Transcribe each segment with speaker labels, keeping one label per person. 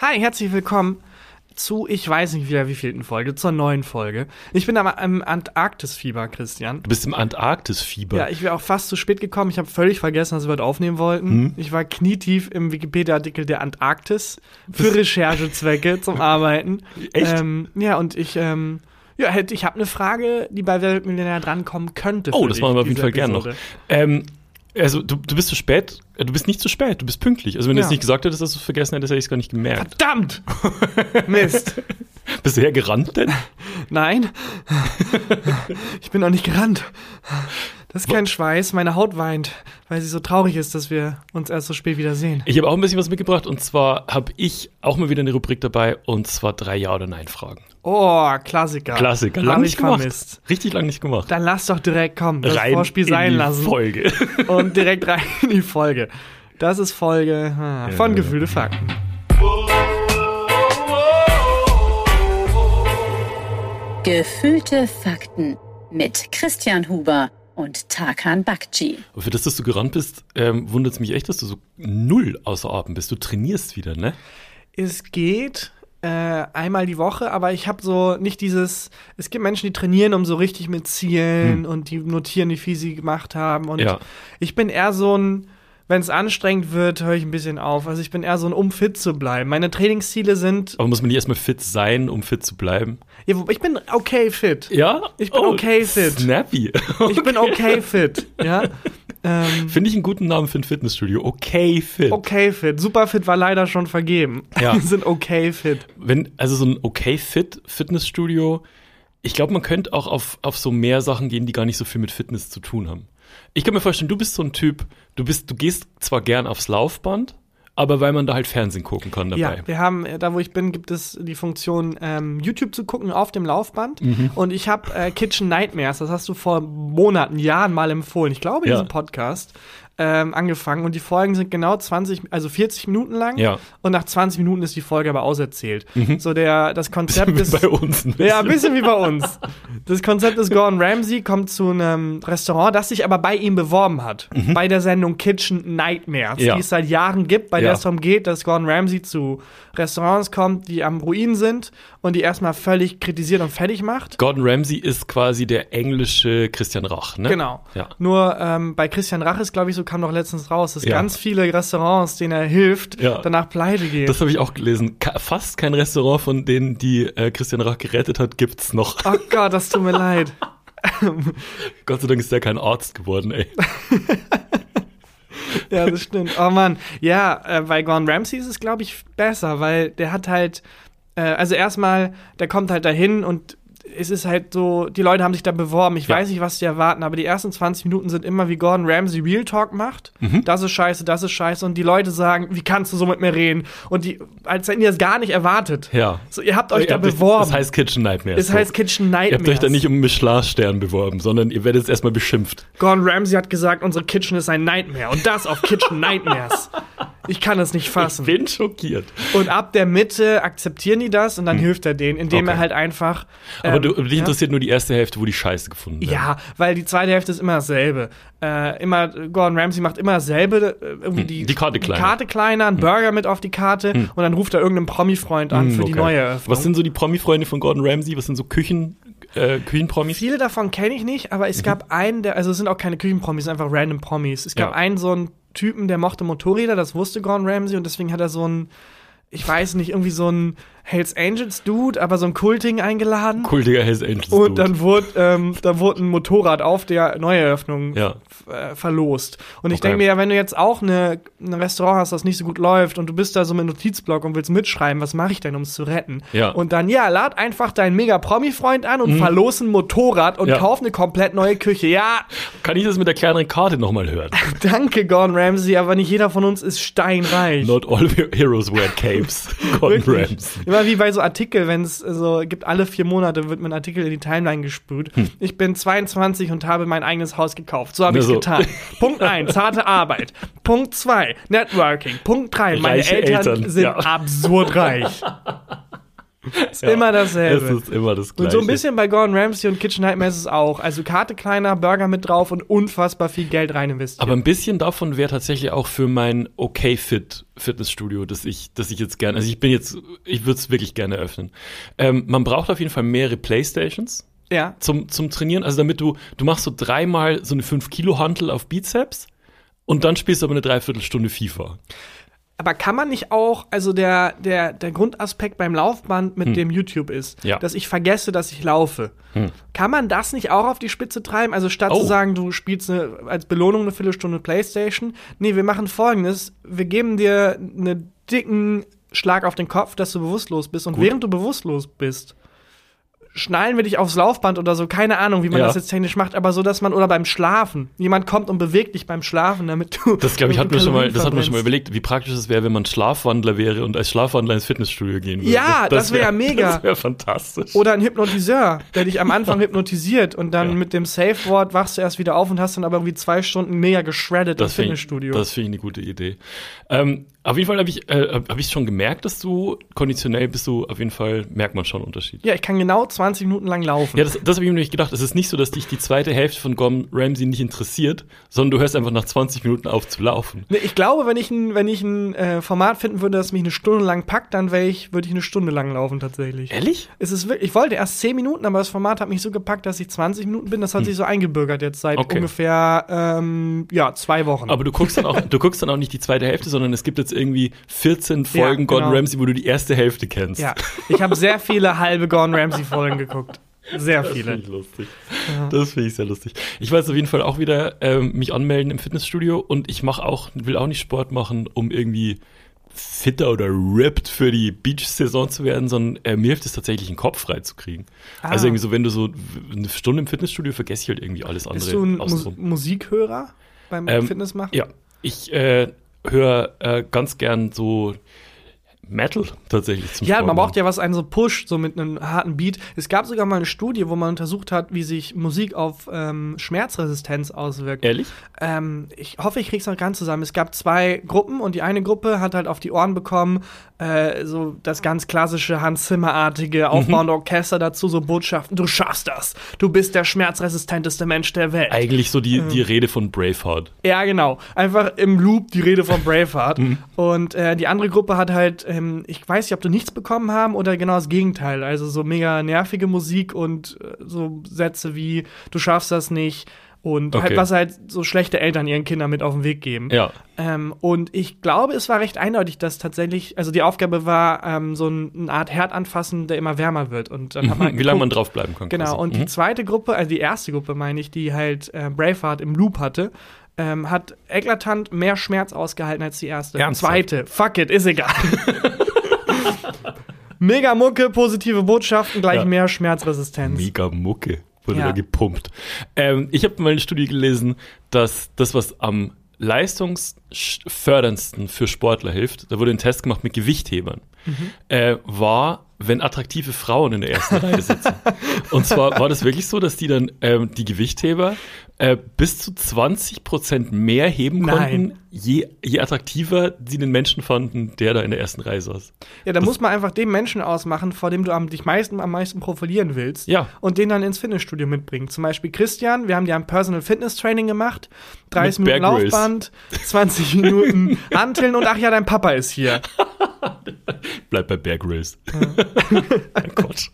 Speaker 1: Hi, herzlich willkommen zu, ich weiß nicht wieder wievielten Folge, zur neuen Folge. Ich bin am, am Antarktisfieber, Christian.
Speaker 2: Du bist im Antarktis-Fieber.
Speaker 1: Ja, ich wäre auch fast zu spät gekommen. Ich habe völlig vergessen, dass wir heute aufnehmen wollten.
Speaker 2: Hm?
Speaker 1: Ich war knietief im Wikipedia-Artikel der Antarktis für Recherchezwecke zum Arbeiten.
Speaker 2: Echt?
Speaker 1: Ähm, ja, und ich, ähm, ja, hätte, ich habe eine Frage, die bei Wer wird Millionär drankommen könnte.
Speaker 2: oh,
Speaker 1: für
Speaker 2: das
Speaker 1: dich,
Speaker 2: machen wir auf jeden
Speaker 1: diese
Speaker 2: Fall gern noch.
Speaker 1: Episode.
Speaker 2: Ähm, also, du, du bist zu spät. Äh, Du bist nicht zu spät, du bist pünktlich. Also, wenn du
Speaker 1: Ja.
Speaker 2: es nicht gesagt hättest, dass du es vergessen hättest, hätte ich es gar nicht gemerkt.
Speaker 1: Verdammt! Mist.
Speaker 2: Bist du hergerannt denn?
Speaker 1: Nein, ich bin noch nicht gerannt. Das ist kein Schweiß. Meine Haut weint, weil sie so traurig ist, dass wir uns erst so spät wieder sehen.
Speaker 2: Ich habe auch ein bisschen was mitgebracht und zwar habe ich auch mal wieder eine Rubrik dabei und zwar drei Ja- oder Nein-Fragen.
Speaker 1: Oh, Klassiker.
Speaker 2: Klassiker.
Speaker 1: Hab
Speaker 2: Lang
Speaker 1: ich
Speaker 2: nicht gemacht.
Speaker 1: vermisst.
Speaker 2: Richtig lang nicht gemacht.
Speaker 1: Dann lass doch direkt kommen, das
Speaker 2: Rein
Speaker 1: Vorspiel
Speaker 2: in
Speaker 1: sein
Speaker 2: die
Speaker 1: lassen
Speaker 2: Folge.
Speaker 1: und direkt rein in die Folge. Das ist Folge ah, von
Speaker 2: Ja.
Speaker 1: Gefühle Fakten.
Speaker 3: Gefühlte Fakten mit Christian Huber und Tarkan Bakci.
Speaker 2: Aber für das, dass du gerannt bist, ähm, wundert es mich echt, dass du so null außer Atem bist. Du trainierst wieder, ne?
Speaker 1: Es geht äh, einmal die Woche, aber ich habe so nicht dieses. Es gibt Menschen, die trainieren, um so richtig mit Zielen und die notieren, wie viel sie gemacht haben. Und
Speaker 2: Hm. Ja.
Speaker 1: ich bin eher so ein, wenn es anstrengend wird, höre ich ein bisschen auf. Also ich bin eher so ein, um fit zu bleiben. Meine Trainingsziele sind.
Speaker 2: Aber muss man nicht erstmal fit sein, um fit zu bleiben?
Speaker 1: Ja, wo- Ich bin okay fit.
Speaker 2: Ja? Oh,
Speaker 1: Ich bin okay fit.
Speaker 2: Snappy.
Speaker 1: Ich bin okay fit. Ja. Ähm,
Speaker 2: Finde ich einen guten Namen für ein Fitnessstudio. Okay fit.
Speaker 1: okay fit. Super fit war leider schon vergeben.
Speaker 2: Ja.
Speaker 1: Wir sind okay fit.
Speaker 2: Wenn, also so ein okay fit Fitnessstudio, ich glaube, man könnte auch auf, auf so mehr Sachen gehen, die gar nicht so viel mit Fitness zu tun haben. Ich kann mir vorstellen, du bist so ein Typ, du bist, du gehst zwar gern aufs Laufband, aber weil man da halt Fernsehen gucken kann dabei.
Speaker 1: Ja, wir haben, äh, da wo ich bin, gibt es die Funktion, ähm, YouTube zu gucken auf dem Laufband.
Speaker 2: Mhm.
Speaker 1: Und ich habe äh, Kitchen Nightmares, das hast du vor Monaten, Jahren mal empfohlen, ich glaube in
Speaker 2: Ja.
Speaker 1: diesem Podcast, ähm, angefangen. Und die Folgen sind genau 20, also 40 Minuten lang.
Speaker 2: Ja. Mhm.
Speaker 1: Und nach 20 Minuten ist die Folge aber auserzählt. So der, das Konzept ist.
Speaker 2: Bei uns. Ein
Speaker 1: Ja, ein bisschen wie bei uns. Das Konzept ist, Gordon Ramsay kommt zu einem Restaurant, das sich aber bei ihm beworben hat. Bei der Sendung Kitchen Nightmares,
Speaker 2: Mhm. Ja.
Speaker 1: die es seit Jahren gibt, bei der
Speaker 2: Ja.
Speaker 1: es darum geht, dass Gordon Ramsay zu Restaurants kommt, die am Ruin sind und die erstmal völlig kritisiert und fertig macht.
Speaker 2: Gordon Ramsay ist quasi der englische Christian Rach, ne?
Speaker 1: Genau.
Speaker 2: Ja.
Speaker 1: Nur ähm, bei Christian Rach ist, glaube ich, so kam doch letztens raus, dass
Speaker 2: Ja.
Speaker 1: ganz viele Restaurants, denen er hilft,
Speaker 2: Ja.
Speaker 1: danach pleite gehen.
Speaker 2: Das habe ich auch gelesen. Ka fast kein Restaurant von denen, die äh, Christian Rach gerettet hat, gibt's noch.
Speaker 1: oh Gott, das tut mir leid.
Speaker 2: Gott sei Dank ist der kein Arzt geworden, ey.
Speaker 1: Ja, das stimmt. Oh Mann. Ja, äh, bei Gordon Ramsay ist es, glaube ich, besser, weil der hat halt, äh, also erstmal, der kommt halt dahin und es ist halt so, die Leute haben sich da beworben. Ich
Speaker 2: Ja.
Speaker 1: weiß nicht, was die erwarten, aber die ersten 20 Minuten sind immer, wie Gordon Ramsay Real Talk macht.
Speaker 2: Mhm.
Speaker 1: Das ist scheiße, das ist scheiße. Und die Leute sagen, wie kannst du so mit mir reden? Und die, als hätten die das gar nicht erwartet.
Speaker 2: Ja. Also
Speaker 1: So, ihr habt euch
Speaker 2: Ihr
Speaker 1: da
Speaker 2: habt euch-
Speaker 1: beworben.
Speaker 2: Das heißt Kitchen Nightmares.
Speaker 1: es heißt Kitchen Nightmares.
Speaker 2: Ihr habt euch da nicht um einen Michelin-Stern beworben, sondern ihr werdet jetzt erstmal beschimpft.
Speaker 1: Gordon Ramsay hat gesagt, unsere Kitchen ist ein Nightmare. Und das auf Kitchen Nightmares. Ich kann es nicht fassen.
Speaker 2: Bin schockiert.
Speaker 1: Und ab der Mitte akzeptieren die das und dann hilft er denen, indem er
Speaker 2: Hm. Okay.
Speaker 1: halt einfach.
Speaker 2: Aber
Speaker 1: ähm,
Speaker 2: du, dich
Speaker 1: ja?
Speaker 2: interessiert nur die erste Hälfte, wo die Scheiße gefunden wird.
Speaker 1: Ja, weil die zweite Hälfte ist immer dasselbe. Äh, immer, Gordon Ramsay macht immer dasselbe. äh, Irgendwie die,
Speaker 2: Hm. die Karte kleiner. Hm.
Speaker 1: Karte kleiner, einen Burger mit auf die Karte und dann ruft er irgendeinen Promi-Freund an für die neue Eröffnung.
Speaker 2: Was sind so die Promi-Freunde von Gordon Ramsay? Was sind so Küchen, äh, Küchenpromis?
Speaker 1: Viele davon kenne ich nicht,
Speaker 2: Mhm.
Speaker 1: aber es gab einen, der, also es sind auch keine Küchenpromis, es sind einfach random Promis. Es gab
Speaker 2: Ja.
Speaker 1: einen so einen Typen, der mochte Motorräder, das wusste Gordon Ramsay und deswegen hat er so einen, ich weiß nicht, irgendwie so einen Hells Angels Dude, aber so einen Kulting eingeladen.
Speaker 2: Kultiger Hells Angels.
Speaker 1: Und
Speaker 2: Dude.
Speaker 1: dann wurde, ähm, dann wurde ein Motorrad auf der Neueröffnung
Speaker 2: Ja.
Speaker 1: f- äh, verlost. Und ich
Speaker 2: Okay.
Speaker 1: denke mir, ja, wenn du jetzt auch eine, ein Restaurant hast, das nicht so gut läuft und du bist da so mit Notizblock und willst mitschreiben, was mache ich denn, um es zu retten?
Speaker 2: Ja. Mhm.
Speaker 1: Und dann, ja, lad einfach deinen Mega-Promi-Freund an und verlos ein Motorrad und
Speaker 2: Ja.
Speaker 1: kauf eine komplett neue Küche. Ja,
Speaker 2: Kann ich das mit der kleineren Karte nochmal hören?
Speaker 1: danke, Gordon Ramsay, aber nicht jeder von uns ist steinreich.
Speaker 2: Not all heroes wear capes. Gordon
Speaker 1: Wirklich.
Speaker 2: Ramsay.
Speaker 1: Immer wie bei so Artikel, wenn es so gibt, alle vier Monate wird mein Artikel in die Timeline gesprüht.
Speaker 2: Hm.
Speaker 1: Ich bin 22 und habe mein eigenes Haus gekauft. So habe
Speaker 2: Na
Speaker 1: ich es
Speaker 2: so.
Speaker 1: getan. Punkt 1, harte Arbeit. Punkt 2, Networking. Punkt 3, meine
Speaker 2: Reiche
Speaker 1: Eltern,
Speaker 2: Eltern,
Speaker 1: sind
Speaker 2: ja.
Speaker 1: absurd reich. Ist immer
Speaker 2: Es
Speaker 1: dasselbe.
Speaker 2: ist immer das
Speaker 1: und
Speaker 2: Gleiche.
Speaker 1: so ein bisschen bei Gordon Ramsay und Kitchen Nightmares ist es auch. Also Karte kleiner, Burger mit drauf und unfassbar viel Geld rein investiert.
Speaker 2: Aber ein bisschen davon wäre tatsächlich auch für mein okay fit Fitnessstudio, das ich, das ich jetzt gerne, also ich bin jetzt, ich würde es wirklich gerne öffnen. Ähm, man braucht auf jeden Fall mehrere Playstations
Speaker 1: ja.
Speaker 2: zum, zum Trainieren, also damit du, du machst so dreimal so eine 5 Kilo Hantel auf Bizeps und dann spielst du aber eine Dreiviertelstunde FIFA.
Speaker 1: Aber kann man nicht auch, also der, der, der Grundaspekt beim Laufband mit dem YouTube ist,
Speaker 2: Hm. Ja. Hm.
Speaker 1: dass ich vergesse, dass ich laufe. Kann man das nicht auch auf die Spitze treiben? Also statt
Speaker 2: Oh.
Speaker 1: zu sagen, du spielst eine, als Belohnung eine Viertelstunde Playstation, nee, wir machen folgendes. Wir geben dir einen dicken Schlag auf den Kopf, dass du bewusstlos bist. Und während du bewusstlos bist, schnallen wir dich aufs Laufband oder so. Keine Ahnung, wie man
Speaker 2: Ja.
Speaker 1: das jetzt technisch macht, aber so, dass man, oder beim Schlafen. Jemand kommt und bewegt dich beim Schlafen, damit du.
Speaker 2: Das glaube ich, hat
Speaker 1: damit du
Speaker 2: mir schon mal,
Speaker 1: Kalorien
Speaker 2: das hat mir schon mal
Speaker 1: verbrennst.
Speaker 2: überlegt, wie praktisch es wäre, wenn man Schlafwandler wäre und als Schlafwandler ins Fitnessstudio gehen würde.
Speaker 1: Ja, das wär ja mega.
Speaker 2: Das wäre fantastisch.
Speaker 1: Oder ein Hypnotiseur, der dich am Anfang hypnotisiert und dann
Speaker 2: Ja.
Speaker 1: mit dem Safe-Wort wachst du erst wieder auf und hast dann aber irgendwie zwei Stunden mega geschreddet im
Speaker 2: Das finde ich,
Speaker 1: Fitnessstudio.
Speaker 2: das find ich eine gute Idee. Ähm, auf jeden Fall habe ich äh, hab ich schon gemerkt, dass du konditionell bist du, auf jeden Fall merkt man schon einen Unterschied.
Speaker 1: ja, ich kann genau 20 Minuten lang laufen.
Speaker 2: Ja, das, das habe ich mir nämlich gedacht. Es ist nicht so, dass dich die zweite Hälfte von Gordon Ramsay nicht interessiert, sondern du hörst einfach nach 20 Minuten auf zu laufen.
Speaker 1: Nee, ich glaube, wenn ich ein, wenn ich ein äh, Format finden würde, das mich eine Stunde lang packt, dann wär ich, würde ich eine Stunde lang laufen tatsächlich.
Speaker 2: Ehrlich?
Speaker 1: Es ist wirklich, ich wollte erst 10 Minuten, aber das Format hat mich so gepackt, dass ich 20 Minuten bin. Das hat sich so eingebürgert jetzt seit
Speaker 2: Hm. Okay.
Speaker 1: ungefähr ähm, ja, zwei Wochen.
Speaker 2: Aber du guckst dann auch, du guckst dann auch nicht die zweite Hälfte, sondern es gibt jetzt irgendwie 14 Folgen Gordon
Speaker 1: genau.
Speaker 2: Ramsay, wo du die erste Hälfte kennst.
Speaker 1: ja, ich habe sehr viele halbe Gordon Ramsay-Folgen geguckt. Sehr
Speaker 2: Das
Speaker 1: viele.
Speaker 2: finde ich lustig. Das finde ich sehr lustig. Ich werde es auf jeden Fall auch wieder ähm, mich anmelden im Fitnessstudio und ich mache auch, will auch nicht Sport machen, um irgendwie fitter oder ripped für die Beach-Saison zu werden, sondern äh, mir hilft es tatsächlich, den Kopf frei zu kriegen.
Speaker 1: Ah.
Speaker 2: Also irgendwie so, wenn du so w- eine Stunde im Fitnessstudio vergesse ich halt irgendwie alles andere.
Speaker 1: Bist du ein Mus
Speaker 2: außenrum.
Speaker 1: Musikhörer beim
Speaker 2: Ähm,
Speaker 1: Fitness machen?
Speaker 2: Ja, ich äh, höre äh, ganz gern so Metal tatsächlich zum
Speaker 1: Ja, man
Speaker 2: Sport machen.
Speaker 1: braucht ja was einen so pusht, so mit einem harten Beat. Es gab sogar mal eine Studie, wo man untersucht hat, wie sich Musik auf ähm, Schmerzresistenz auswirkt.
Speaker 2: Ehrlich?
Speaker 1: Ähm, ich hoffe, ich krieg's noch ganz zusammen. Es gab zwei Gruppen und die eine Gruppe hat halt auf die Ohren bekommen, äh, so das ganz klassische Hans
Speaker 2: Mhm.
Speaker 1: Zimmer-artige aufbauende Orchester dazu, so Botschaften, du schaffst das, du bist der schmerzresistenteste Mensch der Welt.
Speaker 2: Eigentlich so die, die Rede von Braveheart.
Speaker 1: Ja, genau. Einfach im Loop die Rede von Braveheart.
Speaker 2: Mhm.
Speaker 1: und äh, die andere Gruppe hat halt, ähm, ich weiß nicht, ob du nichts bekommen haben oder genau das Gegenteil. Also so mega nervige Musik und äh, so Sätze wie, du schaffst das nicht. Und
Speaker 2: Okay.
Speaker 1: halt, was halt so schlechte Eltern ihren Kindern mit auf den Weg geben.
Speaker 2: Ja.
Speaker 1: Ähm, und ich glaube, es war recht eindeutig, dass tatsächlich, also die Aufgabe war, ähm, so ein, eine Art Herd anfassen, der immer wärmer wird. Und dann hat man
Speaker 2: Hm, Wie lange man
Speaker 1: geguckt,
Speaker 2: draufbleiben kann.
Speaker 1: Genau,
Speaker 2: quasi. Mhm.
Speaker 1: und die zweite Gruppe, also die erste Gruppe meine ich, die halt äh, Braveheart im Loop hatte, ähm, hat eklatant mehr Schmerz ausgehalten als die erste.
Speaker 2: Ernsthaft?
Speaker 1: Zweite, fuck it, ist egal. Mega Mucke, positive Botschaften, gleich
Speaker 2: Ja.
Speaker 1: mehr Schmerzresistenz.
Speaker 2: Mega Mucke wurde
Speaker 1: Ja.
Speaker 2: da gepumpt. Ähm, ich habe mal eine Studie gelesen, dass das, was am leistungsförderndsten für Sportler hilft, da wurde ein Test gemacht mit Gewichthebern,
Speaker 1: Mhm.
Speaker 2: äh, war, wenn attraktive Frauen in der ersten Reihe sitzen. Und zwar war das wirklich so, dass die dann ähm, die Gewichtheber äh, bis zu 20 Prozent mehr heben
Speaker 1: Nein.
Speaker 2: konnten, je, je attraktiver sie den Menschen fanden, der da in der ersten Reihe saß.
Speaker 1: Ja, da muss man einfach den Menschen ausmachen, vor dem du am, dich meisten, am meisten profilieren willst.
Speaker 2: Ja.
Speaker 1: Und den dann ins Fitnessstudio mitbringen. Zum Beispiel Christian, wir haben ja ein Personal Fitness Training gemacht. 30
Speaker 2: Mit
Speaker 1: Minuten
Speaker 2: Bear Grylls.
Speaker 1: Laufband, 20 Minuten Hanteln und ach ja, dein Papa ist hier.
Speaker 2: Bleib bei Bear Grylls. Mein Gott.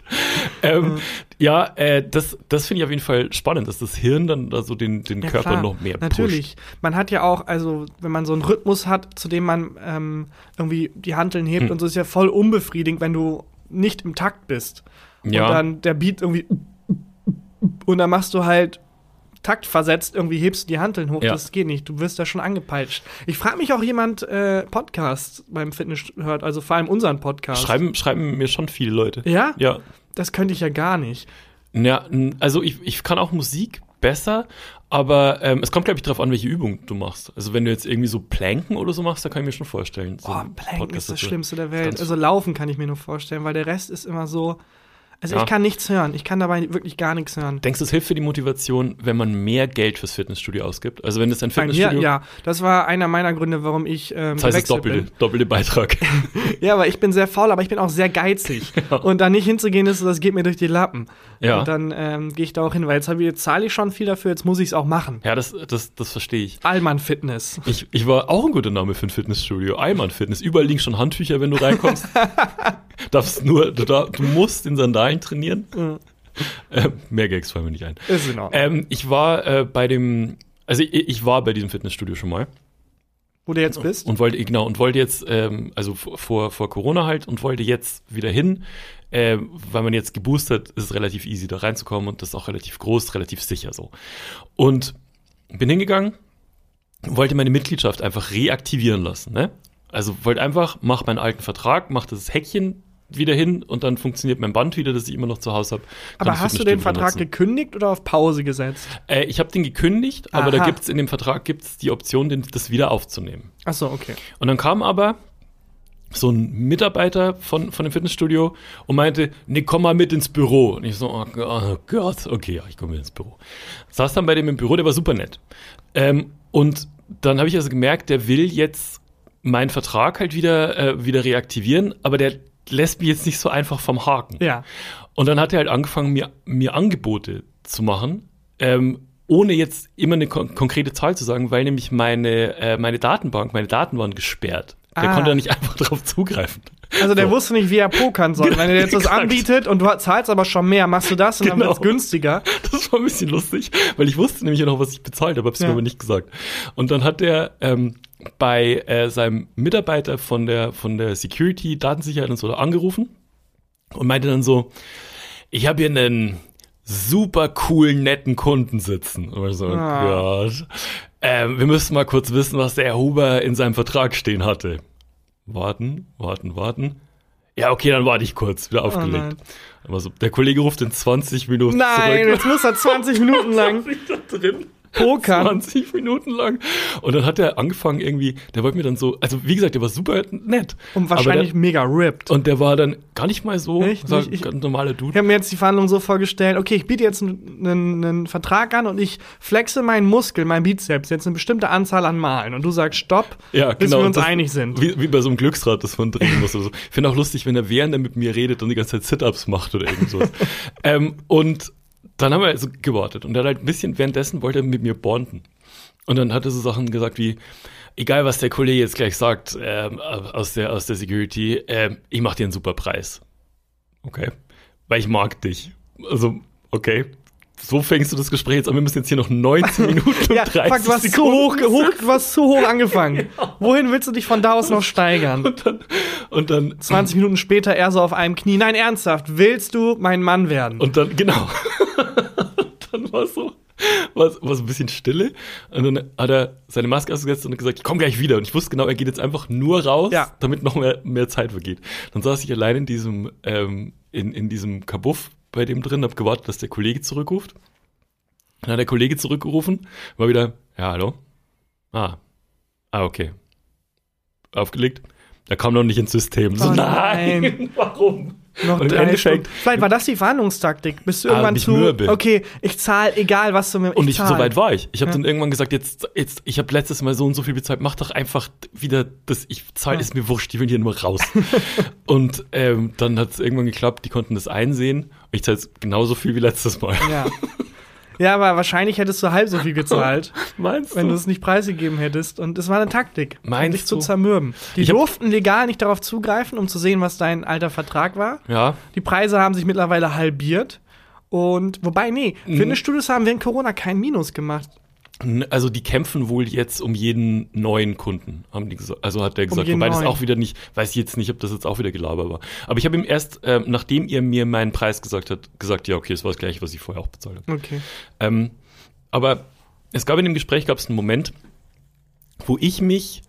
Speaker 2: Ähm, ja, äh, das, das finde ich auf jeden Fall spannend, dass das Hirn dann da so den, den
Speaker 1: Ja,
Speaker 2: Körper
Speaker 1: klar.
Speaker 2: noch mehr pusht.
Speaker 1: Natürlich. Man hat ja auch, also wenn man so einen Rhythmus hat, zu dem man ähm, irgendwie die Hanteln hebt
Speaker 2: Hm.
Speaker 1: und so ist ja voll unbefriedigend, wenn du nicht im Takt bist.
Speaker 2: Ja.
Speaker 1: Und dann der Beat irgendwie und dann machst du halt taktversetzt, irgendwie hebst du die Hanteln hoch.
Speaker 2: Ja.
Speaker 1: Das geht nicht. Du wirst da schon angepeitscht. Ich frage mich auch jemand äh, Podcast beim Fitness hört, also vor allem unseren Podcast.
Speaker 2: Schreiben, schreiben mir schon viele Leute.
Speaker 1: Ja?
Speaker 2: Ja.
Speaker 1: Das könnte ich ja gar nicht.
Speaker 2: ja n- also ich, ich kann auch Musik besser, aber ähm, es kommt, glaube ich, darauf an, welche Übung du machst. Also wenn du jetzt irgendwie so Planken oder so machst, da kann ich mir schon vorstellen. So
Speaker 1: Boah,
Speaker 2: einen
Speaker 1: Plank
Speaker 2: Podcast
Speaker 1: Oh, ist das
Speaker 2: dazu.
Speaker 1: Schlimmste der Also
Speaker 2: Ganz-
Speaker 1: Welt. Also laufen kann ich mir nur vorstellen, weil der Rest ist immer so. Also
Speaker 2: Ja.
Speaker 1: ich kann nichts hören. Ich kann dabei wirklich gar nichts hören.
Speaker 2: Denkst du, es hilft für die Motivation, wenn man mehr Geld fürs Fitnessstudio ausgibt? Also wenn es ein
Speaker 1: Bei mir,
Speaker 2: Fitnessstudio,
Speaker 1: ja, das war einer meiner Gründe, warum ich ähm,
Speaker 2: das heißt es ist
Speaker 1: gewechselt
Speaker 2: doppel, doppelte Beitrag.
Speaker 1: bin. Ja, aber ich bin sehr faul, aber ich bin auch sehr geizig. Und da nicht hinzugehen ist, das geht mir durch die Lappen.
Speaker 2: Ja.
Speaker 1: Und dann ähm, gehe ich da auch hin, weil jetzt, hab ich- jetzt zahle ich schon viel dafür, jetzt muss ich es auch machen.
Speaker 2: ja, das, das, das verstehe ich.
Speaker 1: Allmann Fitness.
Speaker 2: ich. Ich war auch ein guter Name für ein Fitnessstudio. Eimann Fitness. Überall liegen schon Handtücher, wenn du reinkommst. Darfst nur, du, dar- du musst in Sandalen trainieren. Äh, mehr Gags fallen mir nicht ein.
Speaker 1: Ist in Ordnung.
Speaker 2: Ähm, ich war äh, bei dem, also ich, ich war bei diesem Fitnessstudio schon mal
Speaker 1: Wo du jetzt bist?
Speaker 2: und wollte genau und wollte jetzt, ähm, also v- vor vor Corona halt und wollte jetzt wieder hin, ähm, weil man jetzt geboostert ist, es relativ easy da reinzukommen und das ist auch relativ groß, relativ sicher so. Und bin hingegangen, wollte meine Mitgliedschaft einfach reaktivieren lassen, ne? Also wollte einfach, mach meinen alten Vertrag, mach das Häkchen wieder hin und dann funktioniert mein Band wieder, das ich immer noch zu Hause habe.
Speaker 1: aber hast du den Vertrag
Speaker 2: ne?
Speaker 1: gekündigt oder auf Pause gesetzt?
Speaker 2: Äh, ich habe den gekündigt, aber da
Speaker 1: Aha.
Speaker 2: gibt's in dem Vertrag gibt's die Option, den, das wieder aufzunehmen.
Speaker 1: Achso, okay.
Speaker 2: Und dann kam aber so ein Mitarbeiter von, von dem Fitnessstudio und meinte, nee, komm mal mit ins Büro. Und ich so, oh, G- oh Gott, okay, ja, ich komme mit ins Büro. Saß dann bei dem im Büro, der war super nett. Ähm, und dann habe ich also gemerkt, der will jetzt meinen Vertrag halt wieder, äh, wieder reaktivieren, aber der lässt mich jetzt nicht so einfach vom Haken.
Speaker 1: Ja.
Speaker 2: Und dann hat er halt angefangen, mir, mir Angebote zu machen, ähm, ohne jetzt immer eine kon konkrete Zahl zu sagen, weil nämlich meine, äh, meine Datenbank, meine Daten waren gesperrt. Der
Speaker 1: Ah.
Speaker 2: konnte da nicht einfach drauf zugreifen.
Speaker 1: Also der wusste nicht, wie er pokern soll. Wenn er jetzt das
Speaker 2: Exakt.
Speaker 1: anbietet und du zahlst aber schon mehr, machst du das und dann
Speaker 2: Genau.
Speaker 1: wird's günstiger.
Speaker 2: Das war ein bisschen lustig, weil ich wusste nämlich auch noch, was ich bezahlt habe, hab's
Speaker 1: Ja.
Speaker 2: mir aber nicht gesagt. Und dann hat er ähm, bei äh, seinem Mitarbeiter von der, von der Security, Datensicherheit und so da angerufen und meinte dann so, ich habe hier einen super coolen, netten Kunden sitzen. Und ich so, oh
Speaker 1: Ah.
Speaker 2: Gott. Ähm, wir müssen mal kurz wissen, was der Herr Huber in seinem Vertrag stehen hatte. Warten, warten, warten. Ja, okay, dann warte ich kurz. Wieder aufgelegt.
Speaker 1: Oh nein.
Speaker 2: Aber so, der Kollege ruft in 20 Minuten
Speaker 1: Nein,
Speaker 2: zurück.
Speaker 1: jetzt muss er 20 Minuten lang
Speaker 2: Wieder drin.
Speaker 1: pokern.
Speaker 2: 20 Minuten lang. Und dann hat er angefangen irgendwie, der wollte mir dann so, also wie gesagt, der war super nett.
Speaker 1: Und
Speaker 2: Aber
Speaker 1: wahrscheinlich mega ripped.
Speaker 2: Der, und der war dann gar nicht mal so,
Speaker 1: Echt?
Speaker 2: war
Speaker 1: Nicht? Ich-
Speaker 2: ganz normaler
Speaker 1: Ich
Speaker 2: Dude.
Speaker 1: habe mir jetzt die Verhandlung so vorgestellt, okay, ich biete jetzt einen, einen, einen Vertrag an und ich flexe meinen Muskel, meinen Bizeps, jetzt eine bestimmte Anzahl an Malen. Und du sagst Stopp, bis wir
Speaker 2: genau. und
Speaker 1: uns
Speaker 2: das-
Speaker 1: einig sind.
Speaker 2: Wie, wie bei so einem Glücksrad, das man drehen muss. Oder so. Ich finde auch lustig, wenn er während er mit mir redet, dann die ganze Zeit Sit-Ups macht oder irgend sowas. ähm, und dann haben wir also gewartet. Und dann halt ein bisschen währenddessen wollte er mit mir bonden. Und dann hat er so Sachen gesagt wie, egal was der Kollege jetzt gleich sagt ähm, aus, der, aus der Security, ähm, ich mach dir einen super Preis. Okay. Weil ich mag dich. Also, okay. So fängst du das Gespräch jetzt an. Wir müssen jetzt hier noch 19 Minuten und
Speaker 1: Ja,
Speaker 2: 30
Speaker 1: fuck, du hast zu
Speaker 2: Sekunden
Speaker 1: hoch, hoch, du hast zu hoch angefangen. Wohin willst du dich von da aus noch steigern?
Speaker 2: Und dann, und dann
Speaker 1: 20 Minuten später er so auf einem Knie. Nein, ernsthaft, willst du mein Mann werden?
Speaker 2: Und dann, genau. und dann war so, war, war so ein bisschen Stille. Und dann hat er seine Maske ausgesetzt und hat gesagt, ich komm gleich wieder. Und ich wusste genau, er geht jetzt einfach nur raus,
Speaker 1: Ja.
Speaker 2: damit noch mehr, mehr Zeit vergeht. Dann saß ich allein in diesem, ähm, in, in diesem Kabuff bei dem drin, hab gewartet, dass der Kollege zurückruft. Dann hat der Kollege zurückgerufen, war wieder, ja, hallo? Ah. Ah, okay. Aufgelegt. Da kam noch nicht ins System. So,
Speaker 1: Oh
Speaker 2: nein.
Speaker 1: nein.
Speaker 2: warum?
Speaker 1: Noch
Speaker 2: Und im
Speaker 1: drei
Speaker 2: Endeffekt-
Speaker 1: Stunden. Vielleicht war das die Verhandlungstaktik. Bist du
Speaker 2: Ah,
Speaker 1: irgendwann
Speaker 2: bin ich
Speaker 1: zu,
Speaker 2: mürbe.
Speaker 1: okay, ich zahle, egal was du mir
Speaker 2: Und ich, so
Speaker 1: zahl.
Speaker 2: weit war ich. Ich habe dann irgendwann gesagt, jetzt, jetzt, ich habe letztes Mal so und so viel bezahlt, mach doch einfach wieder das, ich zahle, ist mir wurscht, die will hier nur raus. und ähm, dann hat es irgendwann geklappt, die konnten das einsehen. Und ich zahle jetzt genauso viel wie letztes Mal.
Speaker 1: Ja. ja, aber wahrscheinlich hättest du halb so viel gezahlt,
Speaker 2: Meinst
Speaker 1: wenn du es nicht preisgegeben hättest. Und es war eine Taktik, um
Speaker 2: Meinst
Speaker 1: dich zu
Speaker 2: du?
Speaker 1: zermürben. Die
Speaker 2: Ich hab-
Speaker 1: durften legal nicht darauf zugreifen, um zu sehen, was dein alter Vertrag war.
Speaker 2: Ja.
Speaker 1: Die Preise haben sich mittlerweile halbiert. Und wobei, nee,
Speaker 2: Mhm.
Speaker 1: Fitnessstudios haben während Corona kein Minus gemacht.
Speaker 2: N- Also die kämpfen wohl jetzt um jeden neuen Kunden, haben die gesagt. Also hat der
Speaker 1: Um
Speaker 2: gesagt,
Speaker 1: jeden
Speaker 2: wobei das
Speaker 1: neuen.
Speaker 2: auch wieder nicht, weiß ich jetzt nicht, ob das jetzt auch wieder Gelaber war. Aber ich habe ihm erst, ähm, nachdem ihr mir meinen Preis gesagt hat, gesagt, ja, okay, es war das gleiche, was ich vorher auch bezahlt habe.
Speaker 1: Okay.
Speaker 2: Ähm, aber es gab in dem Gespräch gab es einen Moment, wo ich mich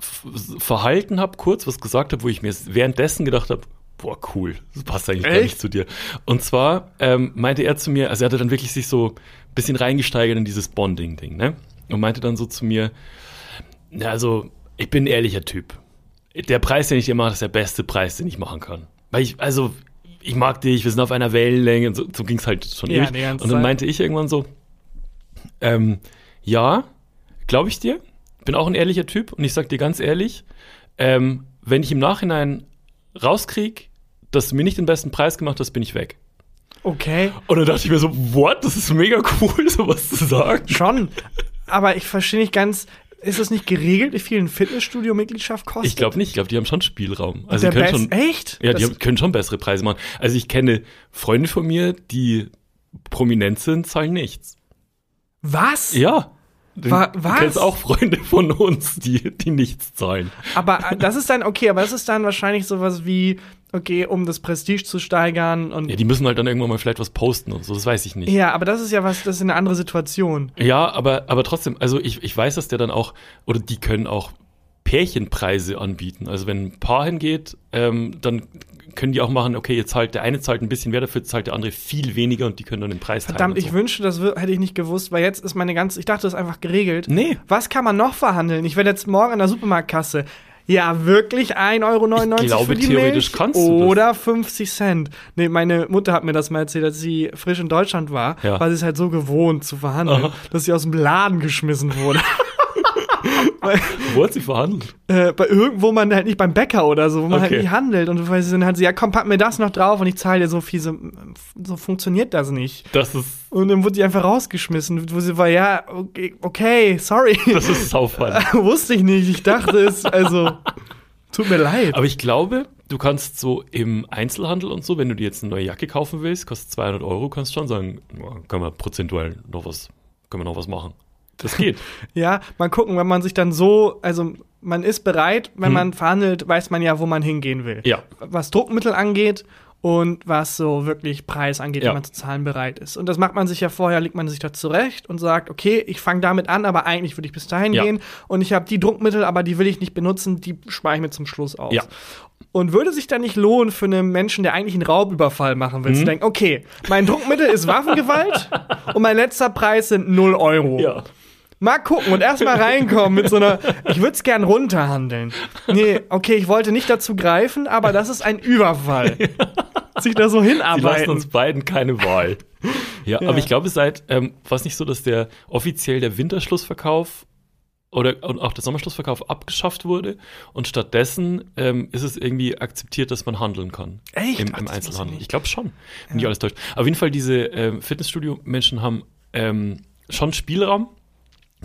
Speaker 2: f- verhalten habe, kurz was gesagt habe, wo ich mir währenddessen gedacht habe, boah cool, das passt eigentlich gar
Speaker 1: Echt?
Speaker 2: nicht zu dir. Und zwar ähm, meinte er zu mir, also er hatte dann wirklich sich so ein bisschen reingesteigert in dieses Bonding-Ding, ne? Und meinte dann so zu mir, "Na, also ich bin ein ehrlicher Typ. Der Preis, den ich dir mache, ist der beste Preis, den ich machen kann. Weil ich, also ich mag dich, wir sind auf einer Wellenlänge. Und so so ging es halt schon
Speaker 1: Ja,
Speaker 2: ewig.
Speaker 1: die ganze
Speaker 2: Und dann
Speaker 1: Zeit.
Speaker 2: meinte ich irgendwann so, ähm, ja, glaube ich dir. Bin auch ein ehrlicher Typ und ich sag dir ganz ehrlich, ähm, wenn ich im Nachhinein rauskrieg, dass du mir nicht den besten Preis gemacht hast, bin ich weg.
Speaker 1: Okay,
Speaker 2: Und dann dachte ich mir so, what? Das ist mega cool, sowas zu sagen.
Speaker 1: schon. Aber ich verstehe nicht ganz, ist das nicht geregelt, wie viel ein Fitnessstudio-Mitgliedschaft kostet?
Speaker 2: Ich glaube nicht, ich glaube, die haben schon Spielraum. Also
Speaker 1: Der
Speaker 2: die können
Speaker 1: Best-
Speaker 2: schon,
Speaker 1: Echt?
Speaker 2: ja, die
Speaker 1: das,
Speaker 2: haben, können schon bessere Preise machen. Also ich kenne Freunde von mir, die prominent sind, zahlen nichts.
Speaker 1: was?
Speaker 2: Ja. Du
Speaker 1: Wa-
Speaker 2: du
Speaker 1: was?
Speaker 2: kennst auch Freunde von uns, die, die nichts zahlen.
Speaker 1: Aber äh, das ist dann, okay, aber das ist dann wahrscheinlich sowas wie, okay, um das Prestige zu steigern und.
Speaker 2: Ja,
Speaker 1: Ja,
Speaker 2: die müssen halt dann irgendwann mal vielleicht was posten und so, das weiß ich nicht.
Speaker 1: aber das ist ja was, das ist eine andere Situation.
Speaker 2: Ja, aber, aber trotzdem, also ich, ich weiß, dass der dann auch, oder die können auch Pärchenpreise anbieten. Also wenn ein Paar hingeht, ähm, dann können die auch machen, okay, jetzt zahlt der eine zahlt ein bisschen mehr, dafür zahlt der andere viel weniger und die können dann den Preis
Speaker 1: Verdammt, ich
Speaker 2: teilen. und
Speaker 1: wünschte, das wür- hätte ich nicht gewusst, weil jetzt ist meine ganze, ich dachte, das ist einfach geregelt.
Speaker 2: Nee.
Speaker 1: Was kann man noch verhandeln? Ich werde jetzt morgen an der Supermarktkasse. Ja, wirklich 1,99 Euro
Speaker 2: Ich glaube,
Speaker 1: für die
Speaker 2: theoretisch
Speaker 1: Milch
Speaker 2: kannst du das.
Speaker 1: Oder 50 Cent. Nee, meine Mutter hat mir das mal erzählt, als sie frisch in Deutschland war,
Speaker 2: Ja.
Speaker 1: weil sie es halt so gewohnt zu verhandeln,
Speaker 2: Aha.
Speaker 1: dass sie aus dem Laden geschmissen wurde.
Speaker 2: so. Wo hat sie verhandelt?
Speaker 1: äh, bei irgendwo man halt nicht beim Bäcker oder so, wo man
Speaker 2: Okay.
Speaker 1: halt nicht handelt. Und weil sie dann hat sie, ja komm, pack mir das noch drauf und ich zahle dir so viel. So, so funktioniert das nicht.
Speaker 2: Das ist,
Speaker 1: Und dann wurde sie einfach rausgeschmissen, wo sie war, ja, okay, okay sorry.
Speaker 2: das ist saufall.
Speaker 1: Wusste ich nicht. Ich dachte es, also, tut mir leid.
Speaker 2: aber ich glaube, du kannst so im Einzelhandel und so, wenn du dir jetzt eine neue Jacke kaufen willst, kostet 200 Euro, kannst schon sagen, ja, können wir prozentuell noch was, können wir noch was machen. Das geht.
Speaker 1: Ja, mal gucken, wenn man sich dann so, also man ist bereit, wenn
Speaker 2: Hm.
Speaker 1: man verhandelt, weiß man ja, wo man hingehen will.
Speaker 2: Ja.
Speaker 1: Was Druckmittel angeht und was so wirklich Preis angeht,
Speaker 2: Ja.
Speaker 1: wenn man zu zahlen bereit ist. Und das macht man sich ja vorher, legt man sich da zurecht und sagt, okay, ich fange damit an, aber eigentlich würde ich bis dahin
Speaker 2: Ja.
Speaker 1: gehen und ich habe die Druckmittel, aber die will ich nicht benutzen, die spare ich mir zum Schluss aus.
Speaker 2: Ja.
Speaker 1: Und würde sich dann nicht lohnen für einen Menschen, der eigentlich einen Raubüberfall machen
Speaker 2: Mhm.
Speaker 1: will, zu denken, okay, mein Druckmittel ist Waffengewalt und mein letzter Preis sind 0 Euro.
Speaker 2: Ja.
Speaker 1: Mal gucken und erstmal reinkommen mit so einer, ich würde es gern runterhandeln. Nee, okay, ich wollte nicht dazu greifen, aber das ist ein Überfall. Sich da so
Speaker 2: Sie lassen uns
Speaker 1: hinarbeiten.
Speaker 2: beiden keine Wahl. ja,
Speaker 1: Ja.
Speaker 2: aber ich glaube, seit, ähm, war es nicht so, dass der offiziell der Winterschlussverkauf oder und auch der Sommerschlussverkauf abgeschafft wurde und stattdessen ähm, ist es irgendwie akzeptiert, dass man handeln kann.
Speaker 1: Echt?
Speaker 2: Im,
Speaker 1: Ach, das wusste
Speaker 2: im
Speaker 1: ich
Speaker 2: Einzelhandel.
Speaker 1: nicht.
Speaker 2: Ich glaube schon, wenn nicht alles täuscht. Auf jeden Fall, diese ähm, Fitnessstudio-Menschen haben ähm, schon Spielraum.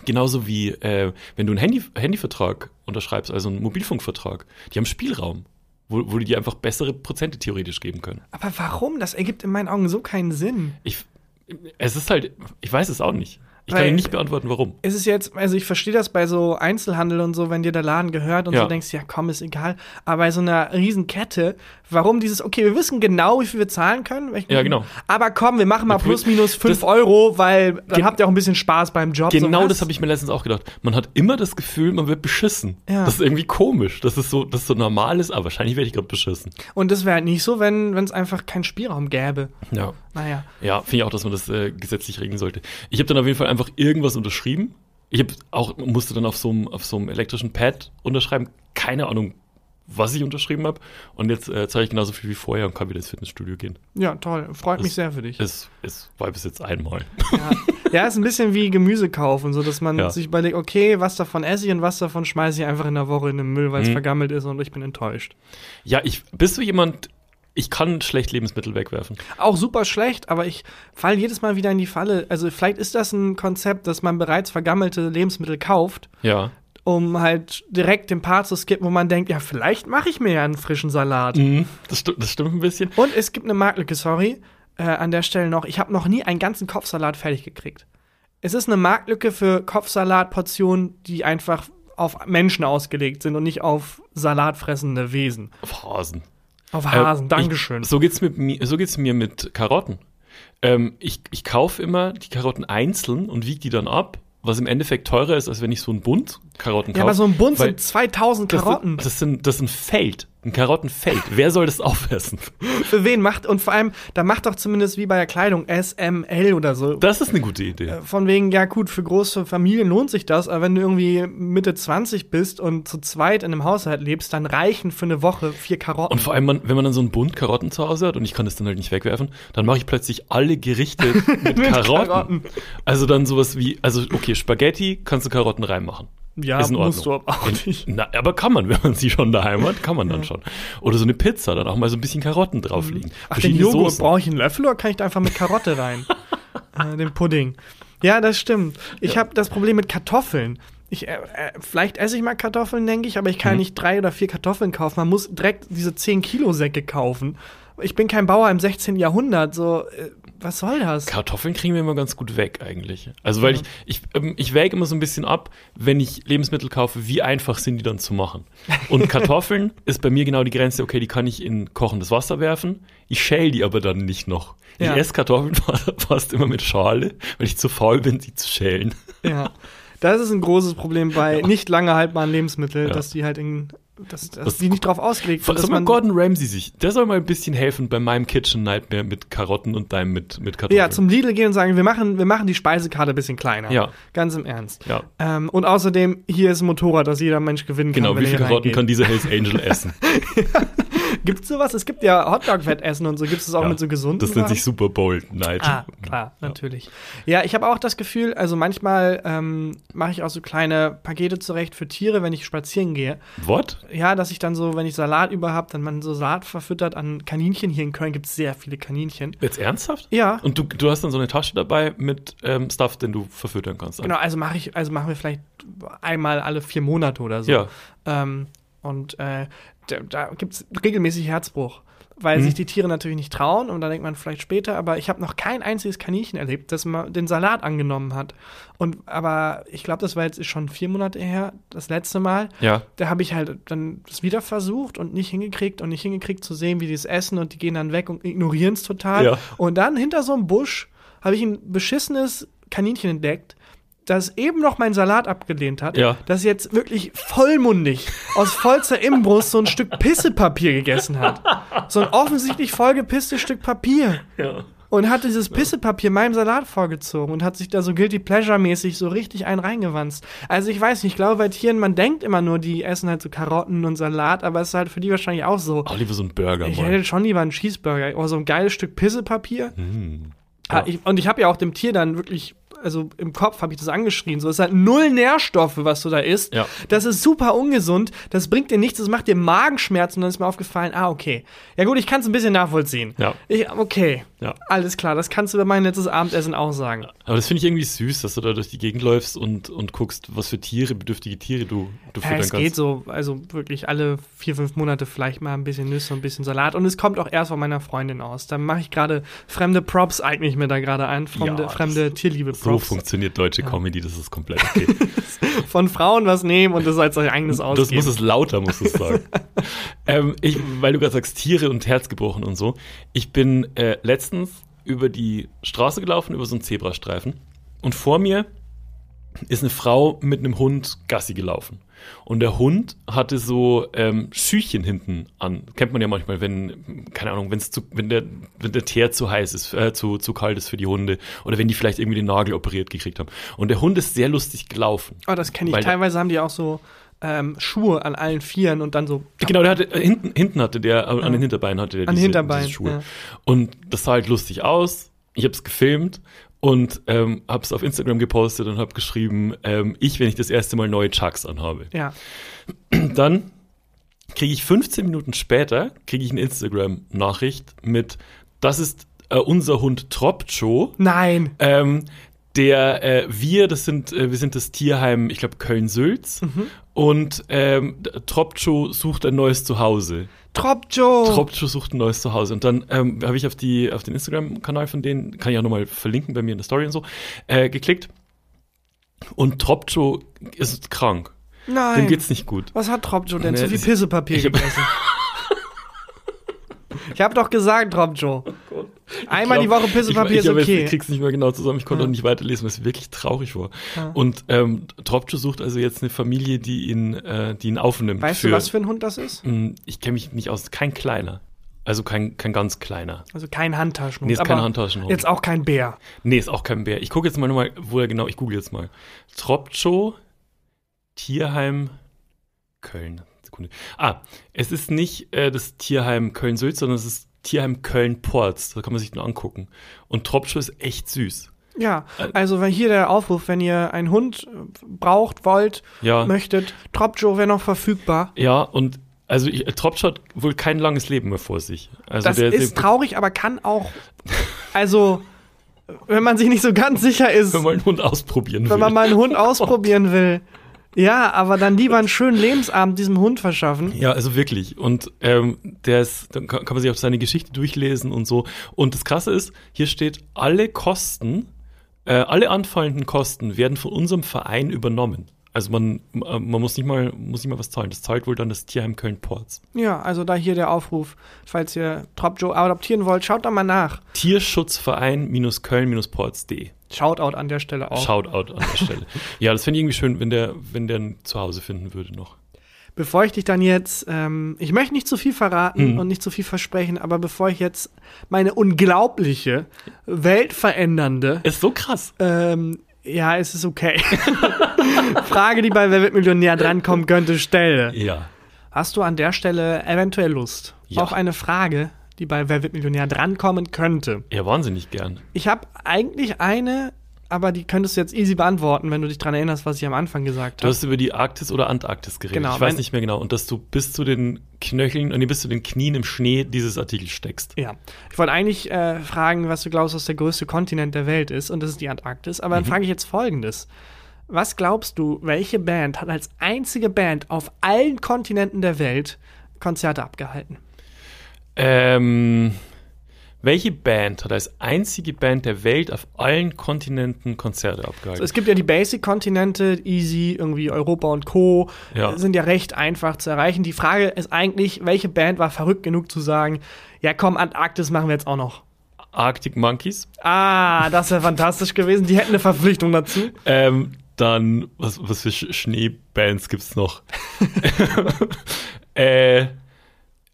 Speaker 2: Genauso wie, äh, wenn du einen Handy, Handyvertrag unterschreibst, also einen Mobilfunkvertrag, die haben Spielraum, wo, wo die dir einfach bessere Prozente theoretisch geben können.
Speaker 1: Aber warum? Das ergibt in meinen Augen so keinen Sinn.
Speaker 2: Ich, es ist halt, ich weiß es auch nicht. Ich kann
Speaker 1: Weil-
Speaker 2: dir nicht beantworten, warum.
Speaker 1: Ist es jetzt, also ich verstehe das bei so Einzelhandel und so, wenn dir der Laden gehört und
Speaker 2: Ja.
Speaker 1: so denkst, ja komm, ist egal. Aber bei so einer Riesenkette, warum dieses, okay, wir wissen genau, wie viel wir zahlen können. welchen-
Speaker 2: Ja, genau.
Speaker 1: Aber komm, wir machen mal plus minus 5
Speaker 2: Das-
Speaker 1: Euro, weil dann
Speaker 2: Gen-
Speaker 1: habt ihr auch ein bisschen Spaß beim Job.
Speaker 2: Genau
Speaker 1: so,
Speaker 2: das habe ich mir letztens auch gedacht. Man hat immer das Gefühl, man wird beschissen.
Speaker 1: Ja.
Speaker 2: Das ist irgendwie komisch, dass es so, dass es so normal ist, aber wahrscheinlich werde ich gerade beschissen.
Speaker 1: Und das wäre halt nicht so, wenn es einfach keinen Spielraum gäbe.
Speaker 2: Ja.
Speaker 1: Naja.
Speaker 2: Ja, finde ich auch, dass man das äh, gesetzlich regeln sollte. Ich habe dann auf jeden Fall einfach irgendwas unterschrieben. Ich hab auch, musste dann auf so einem auf so einem elektrischen Pad unterschreiben. Keine Ahnung, was ich unterschrieben habe. Und jetzt äh, zahle ich genauso viel wie vorher und kann wieder ins Fitnessstudio gehen.
Speaker 1: Ja, toll. Freut mich
Speaker 2: Es-
Speaker 1: sehr für dich.
Speaker 2: Es, es war bis jetzt einmal.
Speaker 1: Ja. ja, ist ein bisschen wie Gemüse kaufen, so dass man
Speaker 2: Ja.
Speaker 1: sich überlegt, okay, was davon esse ich und was davon schmeiße ich einfach in der Woche in den Müll, weil es vergammelt ist und ich bin enttäuscht.
Speaker 2: Ja, ich bist du jemand, ich kann schlecht Lebensmittel wegwerfen.
Speaker 1: Auch super schlecht, aber ich falle jedes Mal wieder in die Falle. Also vielleicht ist das ein Konzept, dass man bereits vergammelte Lebensmittel kauft,
Speaker 2: Ja.
Speaker 1: um halt direkt den Part zu skippen, wo man denkt, ja, vielleicht mache ich mir ja einen frischen Salat.
Speaker 2: Mhm. Das, sti- das stimmt ein bisschen.
Speaker 1: Und es gibt eine Marktlücke, sorry, äh, an der Stelle noch. Ich habe noch nie einen ganzen Kopfsalat fertig gekriegt. Es ist eine Marktlücke für Kopfsalatportionen, die einfach auf Menschen ausgelegt sind und nicht auf salatfressende Wesen.
Speaker 2: Auf Hasen.
Speaker 1: Auf
Speaker 2: Äh,
Speaker 1: Hasen, Dankeschön.
Speaker 2: Ich, so geht's mit mir, so geht's mir mit Karotten. Ähm, ich ich kaufe immer die Karotten einzeln und wiege die dann ab, was im Endeffekt teurer ist, als wenn ich so einen Bund Karotten kaufe.
Speaker 1: ja, aber so ein Bund
Speaker 2: weil
Speaker 1: sind 2000
Speaker 2: das,
Speaker 1: Karotten.
Speaker 2: Das, sind, das ist ein Feld. Ein Karottenfeld. Wer soll das aufessen?
Speaker 1: Für wen macht, und vor allem, da macht doch zumindest wie bei der Kleidung SML oder so.
Speaker 2: Das ist eine gute Idee.
Speaker 1: Von wegen, ja gut, für große Familien lohnt sich das, aber wenn du irgendwie Mitte 20 bist und zu zweit in einem Haushalt lebst, dann reichen für eine Woche vier Karotten.
Speaker 2: Und vor allem, man, wenn man dann so einen Bund Karotten zu Hause hat und ich kann das dann halt nicht wegwerfen, dann mache ich plötzlich alle Gerichte mit, Karotten.
Speaker 1: Karotten.
Speaker 2: Also dann sowas wie, also okay, Spaghetti kannst du Karotten reinmachen.
Speaker 1: ja,
Speaker 2: ist in
Speaker 1: musst du
Speaker 2: Ordnung.
Speaker 1: aber auch nicht.
Speaker 2: Na, aber kann man, wenn man sie schon daheim hat, kann man dann schon. Oder so eine Pizza, dann auch mal so ein bisschen Karotten drauf liegen.
Speaker 1: Mhm. Ach, den Joghurt brauche ich einen Löffel oder kann ich da einfach mit Karotte rein? äh, den Pudding. Ja, das stimmt. Ich habe das Problem mit Kartoffeln. Ich, äh, äh, vielleicht esse ich mal Kartoffeln, denke ich, aber ich kann nicht drei oder vier Kartoffeln kaufen. Man muss direkt diese 10-Kilo-Säcke kaufen. Ich bin kein Bauer im 16. Jahrhundert. So, äh, was soll das?
Speaker 2: Kartoffeln kriegen wir immer ganz gut weg eigentlich. Also weil ich, ich, ähm, ich wäge immer so ein bisschen ab, wenn ich Lebensmittel kaufe, wie einfach sind die dann zu machen. Und Kartoffeln ist bei mir genau die Grenze, okay, die kann ich in kochendes Wasser werfen, ich schäle die aber dann nicht noch.
Speaker 1: Ja.
Speaker 2: Ich esse Kartoffeln fa- fast immer mit Schale, weil ich zu faul bin, sie zu schälen.
Speaker 1: ja. Das ist ein großes Problem bei nicht lange haltbaren Lebensmitteln,
Speaker 2: Ja.
Speaker 1: dass die halt in, dass, dass
Speaker 2: Das-
Speaker 1: die nicht drauf ausgelegt sind.
Speaker 2: Soll
Speaker 1: dass
Speaker 2: mal
Speaker 1: man-
Speaker 2: Gordon Ramsay sich, der soll mal ein bisschen helfen bei meinem Kitchen Nightmare mit Karotten und deinem mit, mit Kartoffeln.
Speaker 1: Ja, zum Lidl gehen und sagen, wir machen, wir machen die Speisekarte ein bisschen kleiner.
Speaker 2: Ja.
Speaker 1: Ganz im Ernst.
Speaker 2: Ja.
Speaker 1: Ähm, und außerdem, hier ist ein Motorrad, das jeder Mensch gewinnen kann.
Speaker 2: Genau,
Speaker 1: wenn
Speaker 2: wie
Speaker 1: er hier
Speaker 2: viele Karotten kann
Speaker 1: reingeht.
Speaker 2: dieser Hells Angel essen?
Speaker 1: Gibt's sowas? Es gibt ja Hotdog-Fettessen und so. Gibt's das auch
Speaker 2: Ja,
Speaker 1: mit so gesunden
Speaker 2: Das nennt
Speaker 1: Sachen?
Speaker 2: sich Super Bowl Night.
Speaker 1: Ah, klar, natürlich. Ja, ich habe auch das Gefühl, also manchmal ähm, mache ich auch so kleine Pakete zurecht für Tiere, wenn ich spazieren gehe.
Speaker 2: What?
Speaker 1: Ja, dass ich dann so, wenn ich Salat über habe, dann man so Salat verfüttert an Kaninchen. Hier in Köln gibt's sehr viele Kaninchen.
Speaker 2: Jetzt ernsthaft?
Speaker 1: Ja.
Speaker 2: Und du, du hast dann so eine Tasche dabei mit ähm, Stuff, den du verfüttern kannst.
Speaker 1: Genau, also mache ich, also machen wir vielleicht einmal alle vier Monate oder so.
Speaker 2: Ja.
Speaker 1: Ähm, und äh, da, da gibt es regelmäßig Herzbruch, weil sich die Tiere natürlich nicht trauen und dann denkt man vielleicht später, aber ich habe noch kein einziges Kaninchen erlebt, das mal den Salat angenommen hat. Und aber ich glaube, das war jetzt schon vier Monate her, das letzte Mal.
Speaker 2: Ja.
Speaker 1: Da habe ich halt dann das wieder versucht und nicht hingekriegt und nicht hingekriegt zu sehen, wie die es essen und die gehen dann weg und ignorieren es total.
Speaker 2: Ja.
Speaker 1: Und dann hinter so einem Busch habe ich ein beschissenes Kaninchen entdeckt, das eben noch meinen Salat abgelehnt hat,
Speaker 2: Ja.
Speaker 1: das jetzt wirklich vollmundig aus vollster Imbrust so ein Stück Pissepapier gegessen hat. So ein offensichtlich vollgepisstes Stück Papier.
Speaker 2: Ja.
Speaker 1: Und hat dieses Pissepapier meinem Salat vorgezogen und hat sich da so Guilty Pleasure-mäßig so richtig einen reingewanzt. Also ich weiß nicht, ich glaube bei Tieren, man denkt immer nur, die essen halt so Karotten und Salat, aber es ist halt für die wahrscheinlich auch so.
Speaker 2: Auch Oh, lieber so ein Burger,
Speaker 1: Ich
Speaker 2: Mann.
Speaker 1: hätte schon lieber einen Cheeseburger oder so ein geiles Stück Pissepapier.
Speaker 2: Hm.
Speaker 1: Ah, ich, und ich habe ja auch dem Tier dann wirklich, also im Kopf habe ich das angeschrien. So, es hat null Nährstoffe, was du da isst.
Speaker 2: Ja.
Speaker 1: Das ist super ungesund. Das bringt dir nichts. Das macht dir Magenschmerzen. Und dann ist mir aufgefallen, ah, okay. Ja, gut, ich kann es ein bisschen nachvollziehen.
Speaker 2: Ja.
Speaker 1: Ich, okay.
Speaker 2: Ja.
Speaker 1: Alles klar. Das kannst du über mein letztes Abendessen auch sagen.
Speaker 2: Aber das finde ich irgendwie süß, dass du da durch die Gegend läufst und, und guckst, was für Tiere, bedürftige Tiere du, du
Speaker 1: Ja,
Speaker 2: füttern
Speaker 1: es
Speaker 2: kannst.
Speaker 1: geht so, also wirklich alle vier, fünf Monate vielleicht mal ein bisschen Nüsse und ein bisschen Salat. Und es kommt auch erst von meiner Freundin aus. Da mache ich gerade fremde Props, eigne ich mir da gerade ein. um Fremde,
Speaker 2: Ja,
Speaker 1: fremde
Speaker 2: So
Speaker 1: Tierliebe-Props.
Speaker 2: funktioniert deutsche Comedy, das ist komplett okay.
Speaker 1: von Frauen was nehmen und das als euer eigenes
Speaker 2: Das
Speaker 1: ausgeben.
Speaker 2: muss es lauter, muss es sagen. ähm, ich, weil du gerade sagst, Tiere und Herz gebrochen und so. Ich bin äh, letztens über die Straße gelaufen, über so einen Zebrastreifen. Und vor mir ist eine Frau mit einem Hund Gassi gelaufen. Und der Hund hatte so ähm, Schüchchen hinten an. Kennt man ja manchmal, wenn, keine Ahnung, wenn's zu, wenn, der, wenn der Teer zu heiß ist, äh, zu, zu kalt ist für die Hunde. Oder wenn die vielleicht irgendwie den Nagel operiert gekriegt haben. Und der Hund ist sehr lustig gelaufen.
Speaker 1: oh, das kenne ich.
Speaker 2: Weil-
Speaker 1: Teilweise haben die auch so ähm, Schuhe an allen Vieren und dann so.
Speaker 2: Genau, der hatte, äh, hinten, hinten hatte der, äh, an den Hinterbeinen hatte der
Speaker 1: An den
Speaker 2: diese,
Speaker 1: Hinterbeinen,
Speaker 2: diese Schuhe.
Speaker 1: ja.
Speaker 2: Und das sah halt lustig aus. Ich habe es gefilmt und ähm, habe es auf Instagram gepostet und habe geschrieben, ähm, ich, wenn ich das erste Mal neue Chucks anhabe.
Speaker 1: Ja.
Speaker 2: Und dann kriege ich 15 Minuten später, kriege ich eine Instagram-Nachricht mit, das ist äh, unser Hund Tropcho.
Speaker 1: Nein.
Speaker 2: Ähm, der äh, wir, das sind äh, wir sind das Tierheim, ich glaube Köln-Sülz
Speaker 1: Mhm.
Speaker 2: und ähm, d- Tropcho sucht ein neues Zuhause.
Speaker 1: Tropjo.
Speaker 2: Tropcho sucht ein neues Zuhause und dann ähm, habe ich auf die auf den Instagram-Kanal von denen kann ich auch nochmal verlinken bei mir in der Story und so äh, geklickt und Tropcho ist krank,
Speaker 1: Nein.
Speaker 2: dem geht's nicht gut.
Speaker 1: was hat Tropjo denn?
Speaker 2: Nee,
Speaker 1: Zu viel
Speaker 2: ich-
Speaker 1: Pissepapier
Speaker 2: ich hab-
Speaker 1: gegessen. ich habe doch gesagt, Tropjo. Einmal die Woche Pisse,
Speaker 2: Oh ich, war-
Speaker 1: Papier
Speaker 2: ich,
Speaker 1: ist
Speaker 2: hab jetzt-
Speaker 1: okay.
Speaker 2: Ich krieg's nicht mehr genau zusammen, ich konnte
Speaker 1: Ja.
Speaker 2: auch nicht weiterlesen, was wirklich traurig war.
Speaker 1: Ja.
Speaker 2: Und ähm, Tropcho sucht also jetzt eine Familie, die ihn, äh, die ihn aufnimmt.
Speaker 1: Weißt du, was für ein Hund das ist?
Speaker 2: Mm, Ich kenne mich nicht aus, kein kleiner. Also kein, kein ganz kleiner.
Speaker 1: Also kein Handtaschenhund.
Speaker 2: Nee, ist kein
Speaker 1: aber
Speaker 2: Handtaschenhund.
Speaker 1: Jetzt auch kein Bär.
Speaker 2: Nee, ist auch kein Bär. Ich gucke jetzt mal nochmal, wo er genau, ich google jetzt mal. Tropcho, Tierheim, Köln. Sekunde. Ah, es ist nicht äh, das Tierheim Köln-Sülz, sondern es ist Tierheim Köln-Porz. Da kann man sich nur angucken. Und Tropcho ist echt süß.
Speaker 1: Ja, also wenn hier der Aufruf, wenn ihr einen Hund äh, braucht, wollt,
Speaker 2: Ja.
Speaker 1: möchtet, Tropjo wäre noch verfügbar.
Speaker 2: Ja, und also ich, Tropcho hat wohl kein langes Leben mehr vor sich. Also
Speaker 1: das
Speaker 2: der,
Speaker 1: ist
Speaker 2: der,
Speaker 1: traurig, aber kann auch, also wenn man sich nicht so ganz sicher ist,
Speaker 2: wenn man einen Hund ausprobieren
Speaker 1: wenn
Speaker 2: will.
Speaker 1: man mal einen Hund ausprobieren will. Ja, aber dann lieber einen schönen Lebensabend diesem Hund verschaffen.
Speaker 2: Ja, also wirklich. Und ähm, der ist, dann kann, kann man sich auch seine Geschichte durchlesen und so. Und das Krasse ist, hier steht, alle Kosten, äh, alle anfallenden Kosten werden von unserem Verein übernommen. Also man, äh, man muss nicht mal, muss nicht mal was zahlen. Das zahlt wohl dann das Tierheim Köln-Porz.
Speaker 1: Ja, also da hier der Aufruf, falls ihr Tropjo adoptieren wollt, schaut da mal nach.
Speaker 2: Tierschutzverein-Köln-Porz.de.
Speaker 1: Shoutout an der Stelle
Speaker 2: Oh.
Speaker 1: auch.
Speaker 2: Shoutout an der Stelle. ja, das fände ich irgendwie schön, wenn der, wenn der ein Zuhause finden würde noch.
Speaker 1: Bevor ich dich dann jetzt, ähm, ich möchte nicht zu viel verraten und nicht zu viel versprechen, aber bevor ich jetzt meine unglaubliche, weltverändernde,
Speaker 2: Ist so krass.
Speaker 1: ähm, ja, es ist okay, Frage, die bei Wer wird Millionär drankommen könnte, stelle.
Speaker 2: Ja.
Speaker 1: Hast du an der Stelle eventuell Lust
Speaker 2: Ja.
Speaker 1: auf eine Frage, die bei Wer wird Millionär drankommen könnte?
Speaker 2: Ja, wahnsinnig gern.
Speaker 1: Ich habe eigentlich eine, aber die könntest du jetzt easy beantworten, wenn du dich dran erinnerst, was ich am Anfang gesagt
Speaker 2: Du
Speaker 1: habe.
Speaker 2: hast über die Arktis oder Antarktis geredet.
Speaker 1: Genau,
Speaker 2: ich weiß
Speaker 1: mein-
Speaker 2: nicht mehr genau. Und dass du bis zu den Knöcheln, nee, bis zu den Knien im Schnee dieses Artikels steckst.
Speaker 1: Ja, ich wollte eigentlich äh, fragen, was du glaubst, was der größte Kontinent der Welt ist, und das ist die Antarktis. Aber dann frage ich jetzt Folgendes. Was glaubst du, welche Band hat als einzige Band auf allen Kontinenten der Welt Konzerte abgehalten?
Speaker 2: Ähm, welche Band hat als einzige Band der Welt auf allen Kontinenten Konzerte abgehalten?
Speaker 1: Also es gibt ja die Basic-Kontinente, Easy, irgendwie Europa und Co.
Speaker 2: Ja.
Speaker 1: sind ja recht einfach zu erreichen. Die Frage ist eigentlich, welche Band war verrückt genug zu sagen, ja komm, Antarktis machen wir jetzt auch noch.
Speaker 2: Arctic Monkeys.
Speaker 1: Ah, das wäre fantastisch gewesen. Die hätten eine Verpflichtung dazu.
Speaker 2: Ähm, dann, was, was für Sch Schneebands gibt's noch? äh,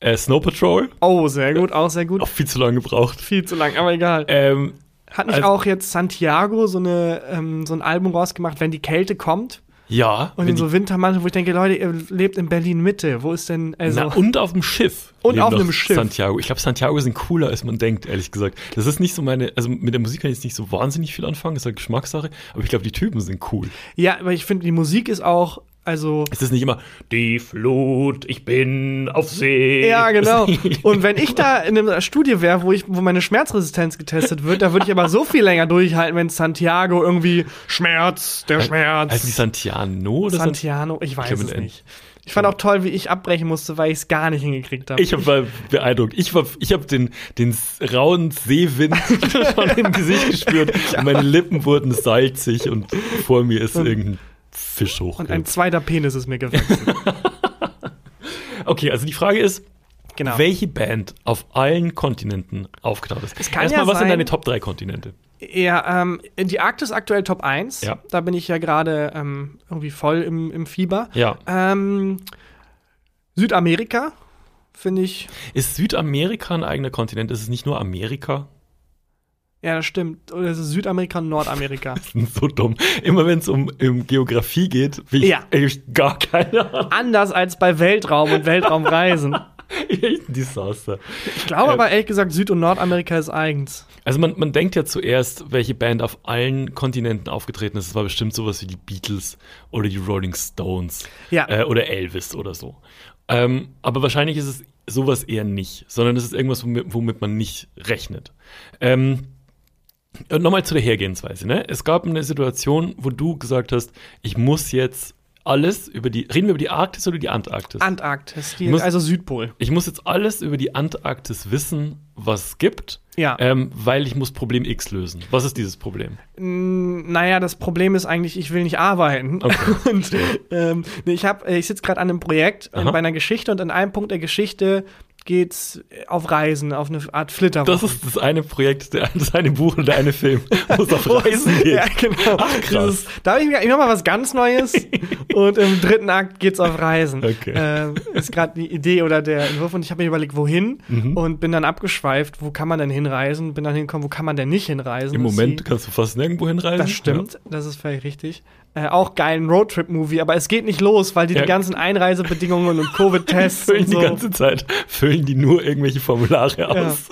Speaker 2: äh, Snow Patrol.
Speaker 1: Oh, sehr gut, auch sehr gut.
Speaker 2: Auch viel zu lange gebraucht.
Speaker 1: Viel zu lang, aber egal.
Speaker 2: Ähm,
Speaker 1: Hat nicht
Speaker 2: Also-
Speaker 1: auch jetzt Santiago so, eine, ähm, so ein Album rausgemacht, wenn die Kälte kommt?
Speaker 2: ja.
Speaker 1: Und
Speaker 2: wenn
Speaker 1: in
Speaker 2: die-
Speaker 1: so Wintermantel, wo ich denke, Leute, ihr lebt in Berlin-Mitte. Wo ist denn, also,
Speaker 2: Na, und auf dem Schiff.
Speaker 1: Und
Speaker 2: leben
Speaker 1: auf
Speaker 2: noch
Speaker 1: einem Schiff.
Speaker 2: Santiago. Ich glaube, Santiago sind cooler, als man denkt, ehrlich gesagt. Das ist nicht so meine, also mit der Musik kann ich jetzt nicht so wahnsinnig viel anfangen, ist halt Geschmackssache, aber ich glaube, die Typen sind cool.
Speaker 1: ja, aber ich finde, die Musik ist auch, also,
Speaker 2: Es ist nicht immer, die Flut, ich bin auf See.
Speaker 1: ja, genau.
Speaker 2: Das ist-
Speaker 1: Und wenn ich da in einer Studie wäre, wo, ich, wo meine Schmerzresistenz getestet wird, da würde ich aber so viel länger durchhalten, wenn Santiago irgendwie Schmerz, der Schmerz.
Speaker 2: heißt die Santiano oder San-
Speaker 1: Santiano, ich weiß
Speaker 2: Ich glaub,
Speaker 1: es
Speaker 2: mit N.
Speaker 1: nicht. Ich fand auch toll, wie ich abbrechen musste, weil ich es gar nicht hingekriegt habe.
Speaker 2: Ich hab- war beeindruckt. Ich, war, ich habe den, den s- rauen Seewind schon im Gesicht gespürt. Meine Lippen wurden salzig und vor mir ist irgendein Fisch
Speaker 1: Und ein
Speaker 2: hochgekommen.
Speaker 1: zweiter Penis ist mir gewachsen.
Speaker 2: Okay, also die Frage ist,
Speaker 1: Genau.
Speaker 2: welche Band auf allen Kontinenten aufgetaucht ist.
Speaker 1: kann
Speaker 2: Erstmal,
Speaker 1: ja
Speaker 2: was sind
Speaker 1: sein-
Speaker 2: deine Top 3 Kontinente?
Speaker 1: Ja, ähm, die Arktis aktuell Top 1.
Speaker 2: Ja.
Speaker 1: Da bin ich ja gerade ähm, irgendwie voll im, im Fieber.
Speaker 2: Ja.
Speaker 1: Ähm, Südamerika, finde ich.
Speaker 2: Ist Südamerika ein eigener Kontinent? Ist es nicht nur Amerika?
Speaker 1: Ja, das stimmt. Oder es ist Südamerika und Nordamerika.
Speaker 2: So dumm. Immer wenn es um, um Geografie geht, bin ich,
Speaker 1: Ja.
Speaker 2: ey, ich gar keine Ahnung.
Speaker 1: Anders als bei Weltraum und Weltraumreisen.
Speaker 2: Echt ein Desaster.
Speaker 1: Ich glaube aber ehrlich gesagt, Süd- und Nordamerika ist eigens.
Speaker 2: Also man, man denkt ja zuerst, welche Band auf allen Kontinenten aufgetreten ist. Es war bestimmt sowas wie die Beatles oder die Rolling Stones
Speaker 1: Ja.
Speaker 2: äh, oder Elvis oder so. Ähm, aber wahrscheinlich ist es sowas eher nicht, sondern es ist irgendwas, womit, womit man nicht rechnet. Ähm, und nochmal zu der Hergehensweise. Ne? Es gab eine Situation, wo du gesagt hast, ich muss jetzt alles über die, reden wir über die Arktis oder die Antarktis?
Speaker 1: Antarktis, die,
Speaker 2: Muss-
Speaker 1: also Südpol.
Speaker 2: ich muss jetzt alles über die Antarktis wissen, was es gibt,
Speaker 1: Ja.
Speaker 2: ähm, weil ich muss Problem X lösen. Was ist dieses Problem?
Speaker 1: Naja, das Problem ist eigentlich, ich will nicht arbeiten.
Speaker 2: Okay.
Speaker 1: Und ähm, nee, ich habe, ich sitze gerade an einem Projekt äh,
Speaker 2: Aha.
Speaker 1: bei einer Geschichte und in einem Punkt der Geschichte geht's auf Reisen, auf eine Art Flitterwoche.
Speaker 2: Das ist das eine Projekt, der, das eine Buch und der eine Film, wo es auf Reisen geht.
Speaker 1: Ja, genau.
Speaker 2: Ach, krass.
Speaker 1: Dieses, da habe ich mir ich mach mal was ganz Neues und im dritten Akt geht's auf Reisen.
Speaker 2: Okay.
Speaker 1: Ähm, ist gerade die Idee oder der Entwurf und ich habe mir überlegt, wohin
Speaker 2: Mhm.
Speaker 1: und bin dann abgeschweift, wo kann man denn hinreisen, bin dann hingekommen, wo kann man denn nicht hinreisen.
Speaker 2: Im
Speaker 1: Das ist
Speaker 2: Moment
Speaker 1: die-
Speaker 2: kannst du fast nirgendwo hinreisen.
Speaker 1: Das stimmt, das ist völlig richtig. Äh, auch geil, ein Roadtrip-Movie, aber es geht nicht los, weil die,
Speaker 2: Ja.
Speaker 1: die ganzen Einreisebedingungen und
Speaker 2: Ja. Die
Speaker 1: Covid-Tests
Speaker 2: füllen
Speaker 1: und so.
Speaker 2: die ganze Zeit, füllen die nur irgendwelche Formulare aus.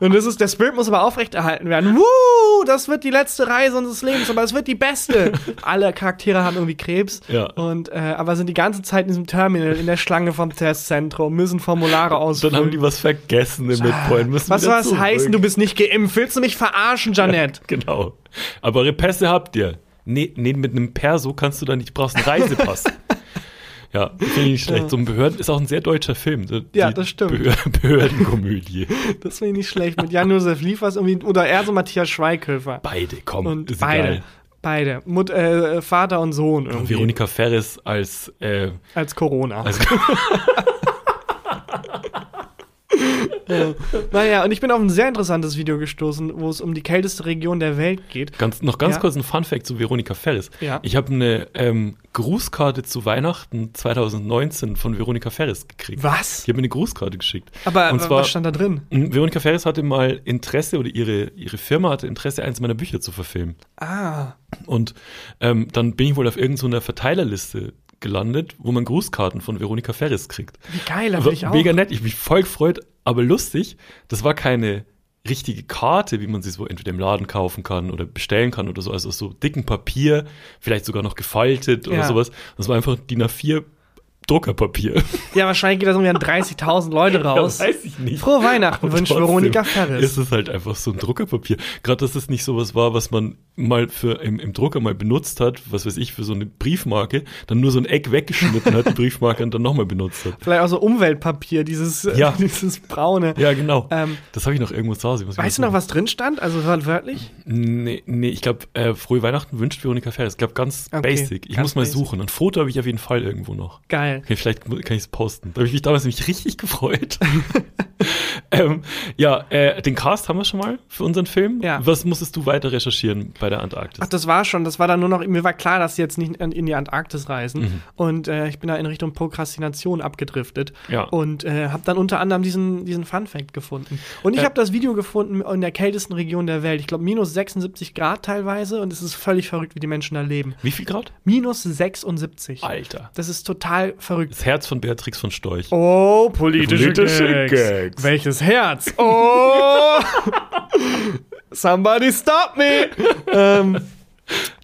Speaker 1: Und das ist, der Spirit muss aber aufrechterhalten werden. Woo, das wird die letzte Reise unseres Lebens, aber es wird die beste. Alle Charaktere haben irgendwie Krebs.
Speaker 2: Ja.
Speaker 1: Und, äh, aber sind die ganze Zeit in diesem Terminal, in der Schlange vom Testzentrum, müssen Formulare ausfüllen.
Speaker 2: Dann haben die was vergessen im Midpoint. Müssen
Speaker 1: was
Speaker 2: wieder
Speaker 1: soll das
Speaker 2: zurück.
Speaker 1: heißen? Du bist nicht geimpft. Willst du mich verarschen, Janette?
Speaker 2: Genau. Aber ihre Pässe habt ihr. Nee, nee, mit einem Perso kannst du da nicht, du brauchst einen Reisepass. ja, finde ich nicht schlecht. So ein Behörden ist auch ein sehr deutscher Film. So
Speaker 1: Ja,
Speaker 2: die
Speaker 1: das stimmt.
Speaker 2: Behör Behördenkomödie.
Speaker 1: Das finde ich nicht schlecht. Mit Jan-Josef Liefers irgendwie, oder er so Matthias Schweighöfer.
Speaker 2: Beide, komm.
Speaker 1: Und
Speaker 2: ist
Speaker 1: beide.
Speaker 2: egal.
Speaker 1: Beide. Mut, äh, Vater und Sohn irgendwie.
Speaker 2: Veronika Ferris als, äh,
Speaker 1: Als Corona.
Speaker 2: als
Speaker 1: Naja, und ich bin auf ein sehr interessantes Video gestoßen, wo es um die kälteste Region der Welt geht.
Speaker 2: Ganz, noch ganz
Speaker 1: Ja.
Speaker 2: kurz ein Fun-Fact zu Veronika Ferris.
Speaker 1: Ja.
Speaker 2: Ich habe eine ähm, Grußkarte zu Weihnachten 2019 von Veronika Ferris gekriegt.
Speaker 1: Was?
Speaker 2: Ich habe mir eine Grußkarte geschickt.
Speaker 1: Aber
Speaker 2: Und
Speaker 1: wa-
Speaker 2: zwar,
Speaker 1: was stand da drin?
Speaker 2: m, Hm, Veronika Ferris hatte mal Interesse oder ihre, ihre Firma hatte Interesse, eins meiner Bücher zu verfilmen.
Speaker 1: Ah,
Speaker 2: Und ähm, dann bin ich wohl auf irgendeiner Verteilerliste gelandet, wo man Grußkarten von Veronika Ferris kriegt.
Speaker 1: wie geil, da
Speaker 2: War
Speaker 1: will ich auch.
Speaker 2: Mega nett, ich hab mich voll gefreut, aber lustig, das war keine richtige Karte, wie man sie so entweder im Laden kaufen kann oder bestellen kann oder so, also aus so dicken Papier, vielleicht sogar noch gefaltet oder
Speaker 1: Ja.
Speaker 2: sowas. Das war einfach DIN A4 Druckerpapier.
Speaker 1: Ja, wahrscheinlich geht um, da irgendwie an 30.000 Leute raus.
Speaker 2: weiß ich nicht.
Speaker 1: Frohe Weihnachten wünscht
Speaker 2: Trotzdem
Speaker 1: Veronika Ferris.
Speaker 2: Ist es halt einfach so ein Druckerpapier. Gerade, dass es nicht sowas war, was man mal für im, im Drucker mal benutzt hat, was weiß ich, für so eine Briefmarke, dann nur so ein Eck weggeschnitten hat, die Briefmarke und dann nochmal benutzt hat.
Speaker 1: Vielleicht auch so Umweltpapier, dieses, äh,
Speaker 2: Ja.
Speaker 1: dieses braune.
Speaker 2: Ja, genau.
Speaker 1: Ähm,
Speaker 2: das habe ich noch irgendwo zu Hause. Muss ich
Speaker 1: Weißt du
Speaker 2: mal
Speaker 1: noch, was drin stand? Also war wörtlich?
Speaker 2: Nee, nee ich glaube, äh, frohe Weihnachten wünscht Veronika Ferris. Ich glaube, ganz
Speaker 1: Okay,
Speaker 2: basic. Ich
Speaker 1: ganz
Speaker 2: muss mal
Speaker 1: basic.
Speaker 2: suchen. Ein Foto habe ich auf jeden Fall irgendwo noch.
Speaker 1: Geil.
Speaker 2: Okay, vielleicht mu- kann ich es posten. Da habe ich mich damals nämlich richtig gefreut. ähm, ja, äh, den Cast haben wir schon mal für unseren Film.
Speaker 1: Ja. Also
Speaker 2: Was musstest du weiter recherchieren bei der Antarktis?
Speaker 1: Ach, das war schon, das war dann nur noch, mir war klar, dass sie jetzt nicht in in die Antarktis reisen.
Speaker 2: Mhm.
Speaker 1: Und äh, ich bin da in Richtung Prokrastination abgedriftet.
Speaker 2: Ja.
Speaker 1: Und äh, habe dann unter anderem diesen, diesen Fun-Fact gefunden. Und ich
Speaker 2: Äh.
Speaker 1: habe das Video gefunden in der kältesten Region der Welt. Ich glaube, minus 76 Grad teilweise. Und es ist völlig verrückt, wie die Menschen da leben.
Speaker 2: Wie viel Grad?
Speaker 1: Minus 76.
Speaker 2: Alter.
Speaker 1: Das ist total verrückt.
Speaker 2: Das Herz von Beatrix von Storch.
Speaker 1: Oh, politische,
Speaker 2: Politische
Speaker 1: Gags.
Speaker 2: Gags.
Speaker 1: Welches Herz? Oh! Somebody stop me! ähm,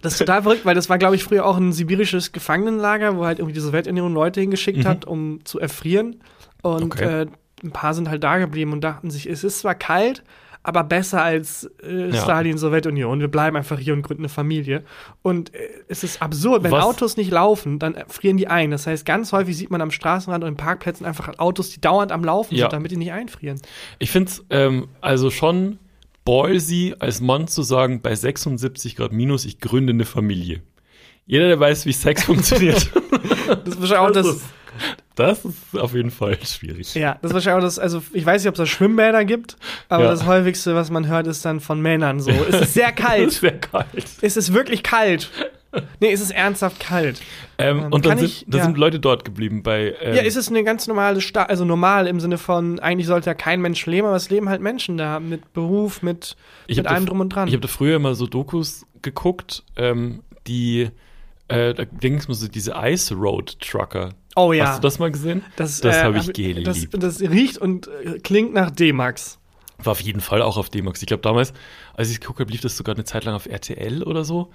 Speaker 1: das ist total verrückt, weil das war, glaube ich, früher auch ein sibirisches Gefangenenlager, wo halt irgendwie die Sowjetunion Leute hingeschickt hat, um zu erfrieren. Und
Speaker 2: Mhm. Okay.
Speaker 1: äh, ein paar sind halt da geblieben und dachten sich, es ist zwar kalt, aber besser als äh,
Speaker 2: Ja.
Speaker 1: Stalin, Sowjetunion. Wir bleiben einfach hier und gründen eine Familie. Und äh, es ist absurd, wenn
Speaker 2: Was-
Speaker 1: Autos nicht laufen, dann frieren die ein. Das heißt, ganz häufig sieht man am Straßenrand und in Parkplätzen einfach Autos, die dauernd am Laufen
Speaker 2: Ja.
Speaker 1: sind, damit die nicht einfrieren.
Speaker 2: Ich finde es ähm, also schon ballsy, als Mann zu sagen, bei 76 Grad minus, ich gründe eine Familie. Jeder, der weiß, wie Sex funktioniert,
Speaker 1: Das ist wahrscheinlich auch das,
Speaker 2: das ist auf jeden Fall schwierig.
Speaker 1: ja, das ist wahrscheinlich auch das, also ich weiß nicht, ob es da Schwimmbäder gibt, aber
Speaker 2: Ja.
Speaker 1: das häufigste, was man hört, ist dann von Männern so. Es ist sehr
Speaker 2: Das
Speaker 1: kalt.
Speaker 2: wäre kalt.
Speaker 1: es ist wirklich kalt. Nee, es ist ernsthaft kalt.
Speaker 2: Ähm,
Speaker 1: Ähm,
Speaker 2: und dann
Speaker 1: kann
Speaker 2: sind,
Speaker 1: ich-
Speaker 2: dann
Speaker 1: ja.
Speaker 2: sind Leute dort geblieben bei. Ähm,
Speaker 1: Ja, es ist eine ganz normale Stadt, also normal im Sinne von, eigentlich sollte ja kein Mensch leben, aber es leben halt Menschen da mit Beruf, mit,
Speaker 2: ich
Speaker 1: mit
Speaker 2: hab da
Speaker 1: allem
Speaker 2: fr-
Speaker 1: drum und dran.
Speaker 2: Ich habe da früher immer so Dokus geguckt, ähm, die. Äh, da ging es mir so diese Ice Road Trucker.
Speaker 1: oh ja.
Speaker 2: Hast du das mal gesehen?
Speaker 1: Das,
Speaker 2: das
Speaker 1: äh,
Speaker 2: habe ich
Speaker 1: hab-
Speaker 2: geliebt.
Speaker 1: Das, das riecht und äh, klingt nach D-Max.
Speaker 2: War auf jeden Fall auch auf D-Max. Ich glaube, damals, als ich es geguckt habe, lief das sogar eine Zeit lang auf RTL oder so.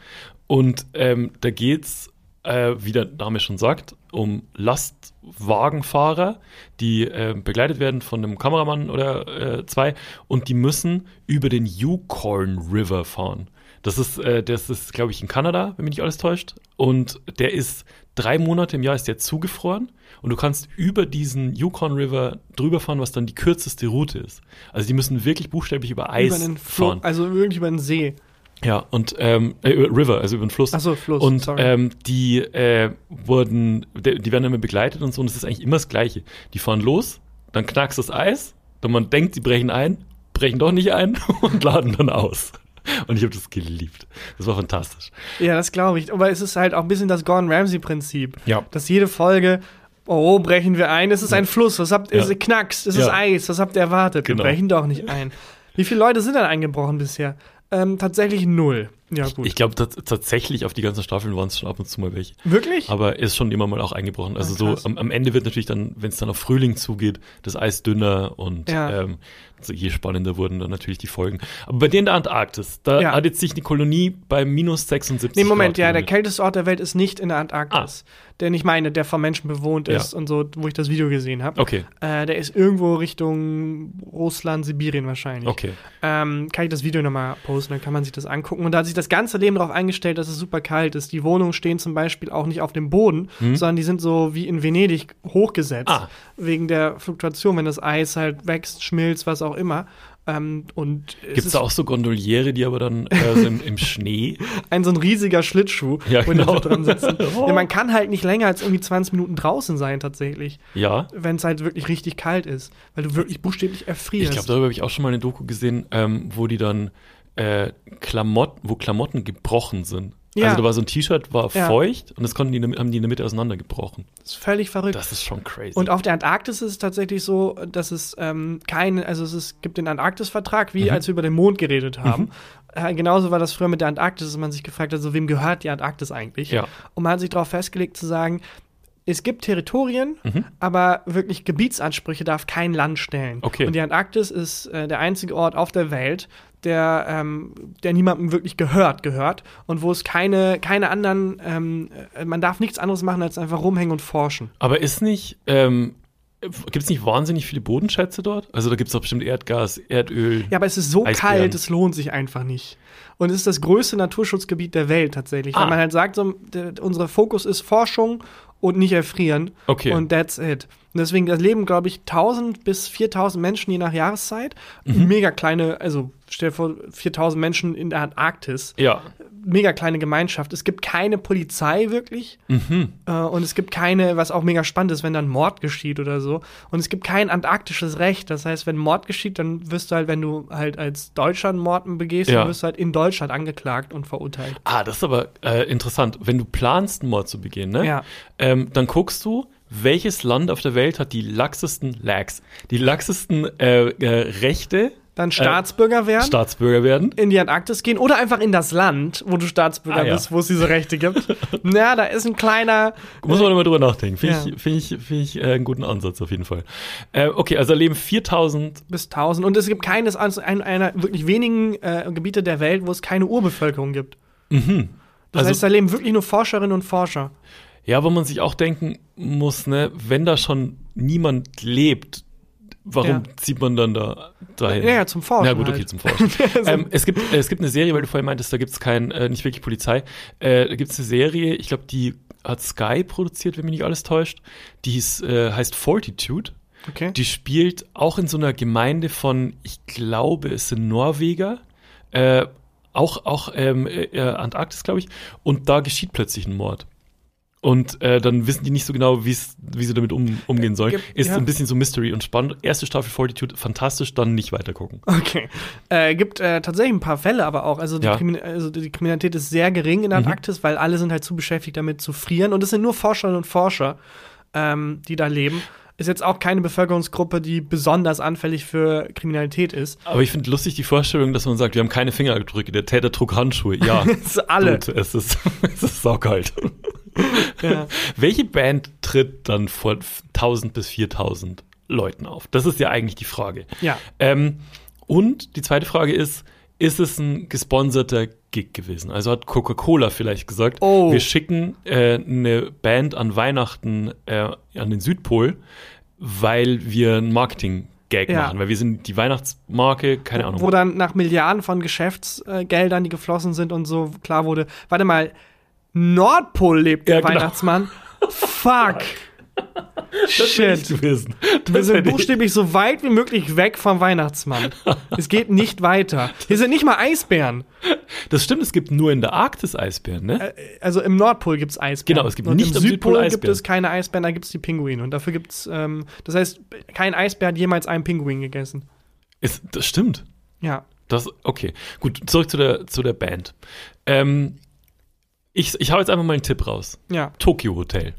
Speaker 2: Und ähm, da geht's, äh, wie der Name schon sagt, um Lastwagenfahrer, die äh, begleitet werden von einem Kameramann oder äh, zwei und die müssen über den Yukon River fahren. Das ist, äh, das ist, glaube ich, in Kanada, wenn mich nicht alles täuscht. Und der ist drei Monate im Jahr ist der zugefroren und du kannst über diesen Yukon River drüber fahren, was dann die kürzeste Route ist. Also die müssen wirklich buchstäblich über Eis
Speaker 1: über einen Flo
Speaker 2: fahren.
Speaker 1: also irgendwie über einen See.
Speaker 2: Ja, und ähm, äh, über River, also über den Fluss.
Speaker 1: Ach so, Fluss,
Speaker 2: Und
Speaker 1: sorry.
Speaker 2: ähm, die äh, wurden, de- die werden immer begleitet und so, und es ist eigentlich immer das Gleiche. Die fahren los, dann knackst das Eis, dann man denkt, sie brechen ein, brechen doch nicht ein und laden dann aus. Und ich habe das geliebt. Das war fantastisch.
Speaker 1: Ja, das glaube ich. Aber es ist halt auch ein bisschen das Gordon Ramsay-Prinzip.
Speaker 2: Ja.
Speaker 1: Dass jede Folge, oh, brechen wir ein, es ist ein Fluss, was habt ihr,
Speaker 2: Ja.
Speaker 1: ja. knackst, es ist
Speaker 2: Ja.
Speaker 1: Eis, was habt ihr erwartet?
Speaker 2: Genau.
Speaker 1: Wir brechen doch nicht ein. Wie viele Leute sind denn eingebrochen bisher? Ähm, tatsächlich null. Ja, gut.
Speaker 2: Ich glaube tats- tatsächlich, auf die ganzen Staffeln waren es schon ab und zu mal welche.
Speaker 1: Wirklich?
Speaker 2: Aber ist schon immer mal auch eingebrochen. Also
Speaker 1: Ah,
Speaker 2: so
Speaker 1: krass.
Speaker 2: am, am Ende wird natürlich dann, wenn es dann auf Frühling zugeht, das Eis dünner und
Speaker 1: Ja.
Speaker 2: ähm, so je spannender wurden dann natürlich die Folgen. Aber bei dir in der Antarktis, da
Speaker 1: Ja.
Speaker 2: hat jetzt sich eine Kolonie bei minus 76
Speaker 1: Nee, Moment,
Speaker 2: Grad
Speaker 1: ja, der
Speaker 2: gemeldet.
Speaker 1: kälteste Ort der Welt ist nicht in der Antarktis. Den ich meine, der von Menschen bewohnt
Speaker 2: Ah. Ja.
Speaker 1: ist und so, wo ich das Video gesehen habe.
Speaker 2: Okay,
Speaker 1: Äh, der ist irgendwo Richtung Russland, Sibirien wahrscheinlich.
Speaker 2: okay.
Speaker 1: Ähm, kann ich das Video nochmal posten, dann kann man sich das angucken. Und da hat sich das ganze Leben darauf eingestellt, dass es super kalt ist. Die Wohnungen stehen zum Beispiel auch nicht auf dem Boden, sondern die sind so wie in Venedig hochgesetzt.
Speaker 2: Hm? Ah.
Speaker 1: Wegen der Fluktuation, wenn das Eis halt wächst, schmilzt, was auch immer. Ähm, und es
Speaker 2: Gibt es
Speaker 1: ist
Speaker 2: da auch so Gondoliere, die aber dann äh, so im, im Schnee?
Speaker 1: ein so ein riesiger Schlittschuh,
Speaker 2: Ja,
Speaker 1: wo die
Speaker 2: genau.
Speaker 1: Leute drin sitzen.
Speaker 2: Oh.
Speaker 1: ja, man kann halt nicht länger als irgendwie 20 Minuten draußen sein tatsächlich,
Speaker 2: Ja.
Speaker 1: wenn es halt wirklich richtig kalt ist, weil du wirklich buchstäblich erfrierst.
Speaker 2: Ich glaube, darüber habe ich auch schon mal eine Doku gesehen, ähm, wo die dann äh, Klamotten, wo Klamotten gebrochen sind.
Speaker 1: Ja.
Speaker 2: Also da war so ein T-Shirt, war
Speaker 1: Ja.
Speaker 2: feucht und das konnten die, in der- haben die in der Mitte auseinandergebrochen.
Speaker 1: das ist völlig verrückt.
Speaker 2: Das ist schon crazy.
Speaker 1: Und auf der Antarktis ist es tatsächlich so, dass es ähm, keinen, also es ist, gibt den Antarktis-Vertrag,
Speaker 2: Mhm.
Speaker 1: wie als wir über den Mond geredet haben. Äh, genauso war das früher mit der Antarktis, dass man sich gefragt hat, so wem gehört die Antarktis eigentlich?
Speaker 2: Ja.
Speaker 1: Und man hat sich darauf festgelegt zu sagen, es gibt Territorien,
Speaker 2: Mhm.
Speaker 1: aber wirklich Gebietsansprüche darf kein Land stellen.
Speaker 2: Okay.
Speaker 1: Und die Antarktis ist äh, der einzige Ort auf der Welt, der, ähm, der niemandem wirklich gehört, gehört und wo es keine, keine anderen, ähm, äh, man darf nichts anderes machen als einfach rumhängen und forschen.
Speaker 2: Aber ist nicht, ähm, gibt es nicht wahnsinnig viele Bodenschätze dort? Also da gibt es doch bestimmt Erdgas, Erdöl.
Speaker 1: Ja, aber es ist so
Speaker 2: Eisbären.
Speaker 1: kalt, es lohnt sich einfach nicht. Und es ist das größte Naturschutzgebiet der Welt tatsächlich.
Speaker 2: Ah.
Speaker 1: Weil man halt sagt, so, d- unser Fokus ist Forschung und nicht erfrieren.
Speaker 2: Okay.
Speaker 1: Und that's it. Und deswegen, da leben, glaube ich, 1000 bis 4000 Menschen je nach Jahreszeit.
Speaker 2: Mhm.
Speaker 1: Mega kleine, also stell dir vor, 4000 Menschen in der Antarktis.
Speaker 2: Ja.
Speaker 1: Mega kleine Gemeinschaft. Es gibt keine Polizei wirklich.
Speaker 2: Mhm.
Speaker 1: Äh, und es gibt keine, was auch mega spannend ist, wenn dann Mord geschieht oder so. Und es gibt kein antarktisches Recht. Das heißt, wenn Mord geschieht, dann wirst du halt, wenn du halt als Deutscher einen Mord begehst,
Speaker 2: Ja.
Speaker 1: dann wirst du halt in Deutschland angeklagt und verurteilt.
Speaker 2: Ah, das ist aber äh, interessant. Wenn du planst, einen Mord zu begehen, ne?
Speaker 1: Ja.
Speaker 2: Ähm, dann guckst du, welches Land auf der Welt hat die laxesten Lags, die laxesten äh, äh, Rechte,
Speaker 1: Dann Staatsbürger werden,
Speaker 2: Staatsbürger werden.
Speaker 1: in die Antarktis gehen oder einfach in das Land, wo du Staatsbürger
Speaker 2: Ah, ja.
Speaker 1: bist, wo es diese Rechte gibt. Na, da ist ein kleiner.
Speaker 2: Muss man immer drüber nachdenken. Finde
Speaker 1: Ja.
Speaker 2: ich, finde ich, finde ich äh, einen guten Ansatz auf jeden Fall. Äh, okay, also da leben 4000.
Speaker 1: bis 1000 und es gibt keines eines- ein- einer wirklich wenigen äh, Gebiete der Welt, wo es keine Urbevölkerung gibt. Das
Speaker 2: Also-
Speaker 1: heißt, da leben wirklich nur Forscherinnen und Forscher.
Speaker 2: Ja, wo man sich auch denken muss, ne, wenn da schon niemand lebt, warum
Speaker 1: Ja.
Speaker 2: zieht man dann da dahin?
Speaker 1: Ja, ja, zum Forschen
Speaker 2: Na gut, okay,
Speaker 1: halt.
Speaker 2: zum Forschen. ähm, es, gibt, äh, es gibt eine Serie, weil du vorhin meintest, da gibt es kein, äh, nicht wirklich Polizei. Äh, da gibt es eine Serie, ich glaube, die hat Sky produziert, wenn mich nicht alles täuscht. Die hieß, äh, heißt Fortitude.
Speaker 1: Okay.
Speaker 2: Die spielt auch in so einer Gemeinde von, ich glaube, es sind Norweger, äh, auch, auch ähm, äh, Antarktis, glaube ich. Und da geschieht plötzlich ein Mord. Und äh, dann wissen die nicht so genau, wie's- wie sie damit um, umgehen sollen.
Speaker 1: Gibt-
Speaker 2: Ist
Speaker 1: Äh, ja.
Speaker 2: ein bisschen so Mystery und spannend. Erste Staffel Fortitude, fantastisch, dann nicht weitergucken.
Speaker 1: Okay. Äh, gibt äh, tatsächlich ein paar Fälle, aber auch. Also die,
Speaker 2: Ja. Mhm.
Speaker 1: Krimin also die Kriminalität ist sehr gering in der Antarktis, weil alle sind halt zu beschäftigt damit zu frieren. Und es sind nur Forscherinnen und Forscher, ähm, die da leben. Ist jetzt auch keine Bevölkerungsgruppe, die besonders anfällig für Kriminalität ist.
Speaker 2: Aber ich finde lustig die Vorstellung, dass man sagt, wir haben keine Fingerabdrücke, der Täter trug Handschuhe. Ja,
Speaker 1: Das sind alle.
Speaker 2: Gut, es ist, es ist saukalt.
Speaker 1: Ja.
Speaker 2: Welche Band tritt dann vor 1000 bis 4000 Leuten auf? Das ist ja eigentlich die Frage.
Speaker 1: Ja.
Speaker 2: Ähm, und die zweite Frage ist, ist es ein gesponserter Gig gewesen? Also hat Coca-Cola vielleicht gesagt,
Speaker 1: Oh.
Speaker 2: wir schicken äh, eine Band an Weihnachten äh, an den Südpol, weil wir ein Marketing-Gag
Speaker 1: Ja.
Speaker 2: machen, weil wir sind die Weihnachtsmarke, keine Ahnung.
Speaker 1: Wo dann nach Milliarden von Geschäftsgeldern, die geflossen sind und so, klar wurde, warte mal, Nordpol lebt der
Speaker 2: Ja, genau.
Speaker 1: Weihnachtsmann. Fuck.
Speaker 2: Das will ich
Speaker 1: Shit.
Speaker 2: gewesen.
Speaker 1: Wir
Speaker 2: Das
Speaker 1: sind
Speaker 2: hätte ich-
Speaker 1: buchstäblich so weit wie möglich weg vom Weihnachtsmann. es geht nicht weiter. Hier sind nicht mal Eisbären.
Speaker 2: Das stimmt, es gibt nur in der Arktis Eisbären, ne?
Speaker 1: Also im Nordpol gibt's Eisbären.
Speaker 2: Genau, es gibt
Speaker 1: und
Speaker 2: nicht
Speaker 1: im
Speaker 2: am
Speaker 1: Südpol
Speaker 2: Südpol
Speaker 1: gibt
Speaker 2: Eisbären.
Speaker 1: es keine Eisbären, da gibt's die Pinguine. Und dafür gibt's, ähm, das heißt, kein Eisbär hat jemals einen Pinguin gegessen.
Speaker 2: Ist, das stimmt.
Speaker 1: Ja.
Speaker 2: Das, okay. Gut, zurück zu der, zu der Band. Ähm, ich ich hau jetzt einfach mal einen Tipp raus.
Speaker 1: Ja,
Speaker 2: Tokyo Hotel.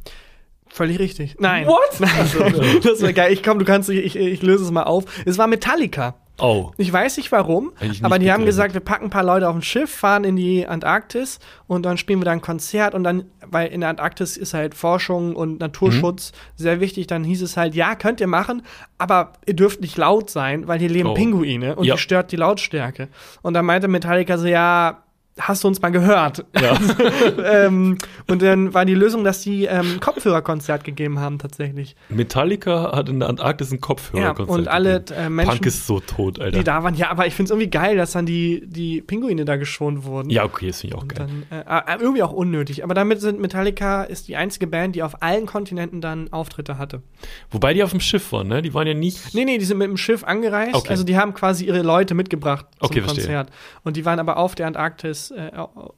Speaker 1: völlig richtig. Nein. What? Nein. Das wäre geil. Ich komm, du kannst, ich, ich löse es mal auf. Es war Metallica.
Speaker 2: Oh.
Speaker 1: Ich weiß nicht warum,
Speaker 2: Hätte ich nicht
Speaker 1: aber die haben
Speaker 2: mitgerechnet.
Speaker 1: gesagt, wir packen ein paar Leute auf ein Schiff, fahren in die Antarktis und dann spielen wir da ein Konzert und dann, weil in der Antarktis ist halt Forschung und
Speaker 2: Mhm.
Speaker 1: Naturschutz sehr wichtig, dann hieß es halt, ja, könnt ihr machen, aber ihr dürft nicht laut sein, weil hier leben
Speaker 2: Oh.
Speaker 1: Pinguine und
Speaker 2: Ja.
Speaker 1: die stört die Lautstärke. Und dann meinte Metallica so, ja, hast du uns mal gehört?
Speaker 2: Ja.
Speaker 1: ähm, und dann war die Lösung, dass die ähm, Kopfhörerkonzert gegeben haben tatsächlich.
Speaker 2: Metallica hat in der Antarktis ein Kopfhörerkonzert.
Speaker 1: Ja, und alle,
Speaker 2: gegeben.
Speaker 1: äh, Menschen-
Speaker 2: Punk ist so tot, Alter.
Speaker 1: Die da waren, ja, aber ich find's irgendwie geil, dass dann die, die Pinguine da geschont wurden.
Speaker 2: ja, okay, das finde ich auch geil.
Speaker 1: Dann, äh, äh, irgendwie auch unnötig. Aber damit sind Metallica ist die einzige Band, die auf allen Kontinenten dann Auftritte hatte.
Speaker 2: Wobei die auf dem Schiff waren, ne? Die waren ja nicht.
Speaker 1: Nee, nee, die sind mit dem Schiff angereist.
Speaker 2: Okay.
Speaker 1: Also die haben quasi ihre Leute mitgebracht
Speaker 2: Okay,
Speaker 1: zum
Speaker 2: verstehe.
Speaker 1: Konzert. Und die waren aber auf der Antarktis äh,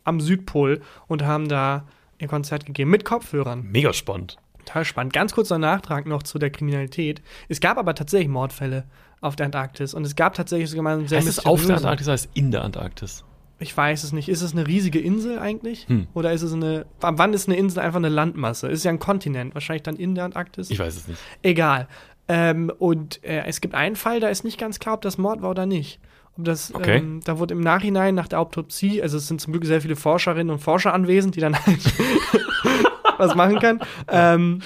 Speaker 1: am Südpol und haben da ihr Konzert gegeben mit Kopfhörern.
Speaker 2: Mega spannend.
Speaker 1: Total spannend. Ganz kurzer Nachtrag noch zu der Kriminalität. Es gab aber tatsächlich Mordfälle auf der Antarktis und es gab tatsächlich sogar mal einen sehr
Speaker 2: Heißt es auf der
Speaker 1: mysteriösen-
Speaker 2: Antarktis, heißt in der Antarktis.
Speaker 1: Ich weiß es nicht. Ist es eine riesige Insel eigentlich?
Speaker 2: Hm.
Speaker 1: Oder ist es eine. Ab wann ist eine Insel einfach eine Landmasse? Ist ja ein Kontinent, wahrscheinlich dann in der Antarktis.
Speaker 2: Ich weiß es nicht.
Speaker 1: Egal. Ähm, und äh, es gibt einen Fall, da ist nicht ganz klar, ob das Mord war oder nicht. Ob das,
Speaker 2: Okay.
Speaker 1: ähm, da wurde im Nachhinein nach der Autopsie, also es sind zum Glück sehr viele Forscherinnen und Forscher anwesend, die dann halt was machen können. Ähm,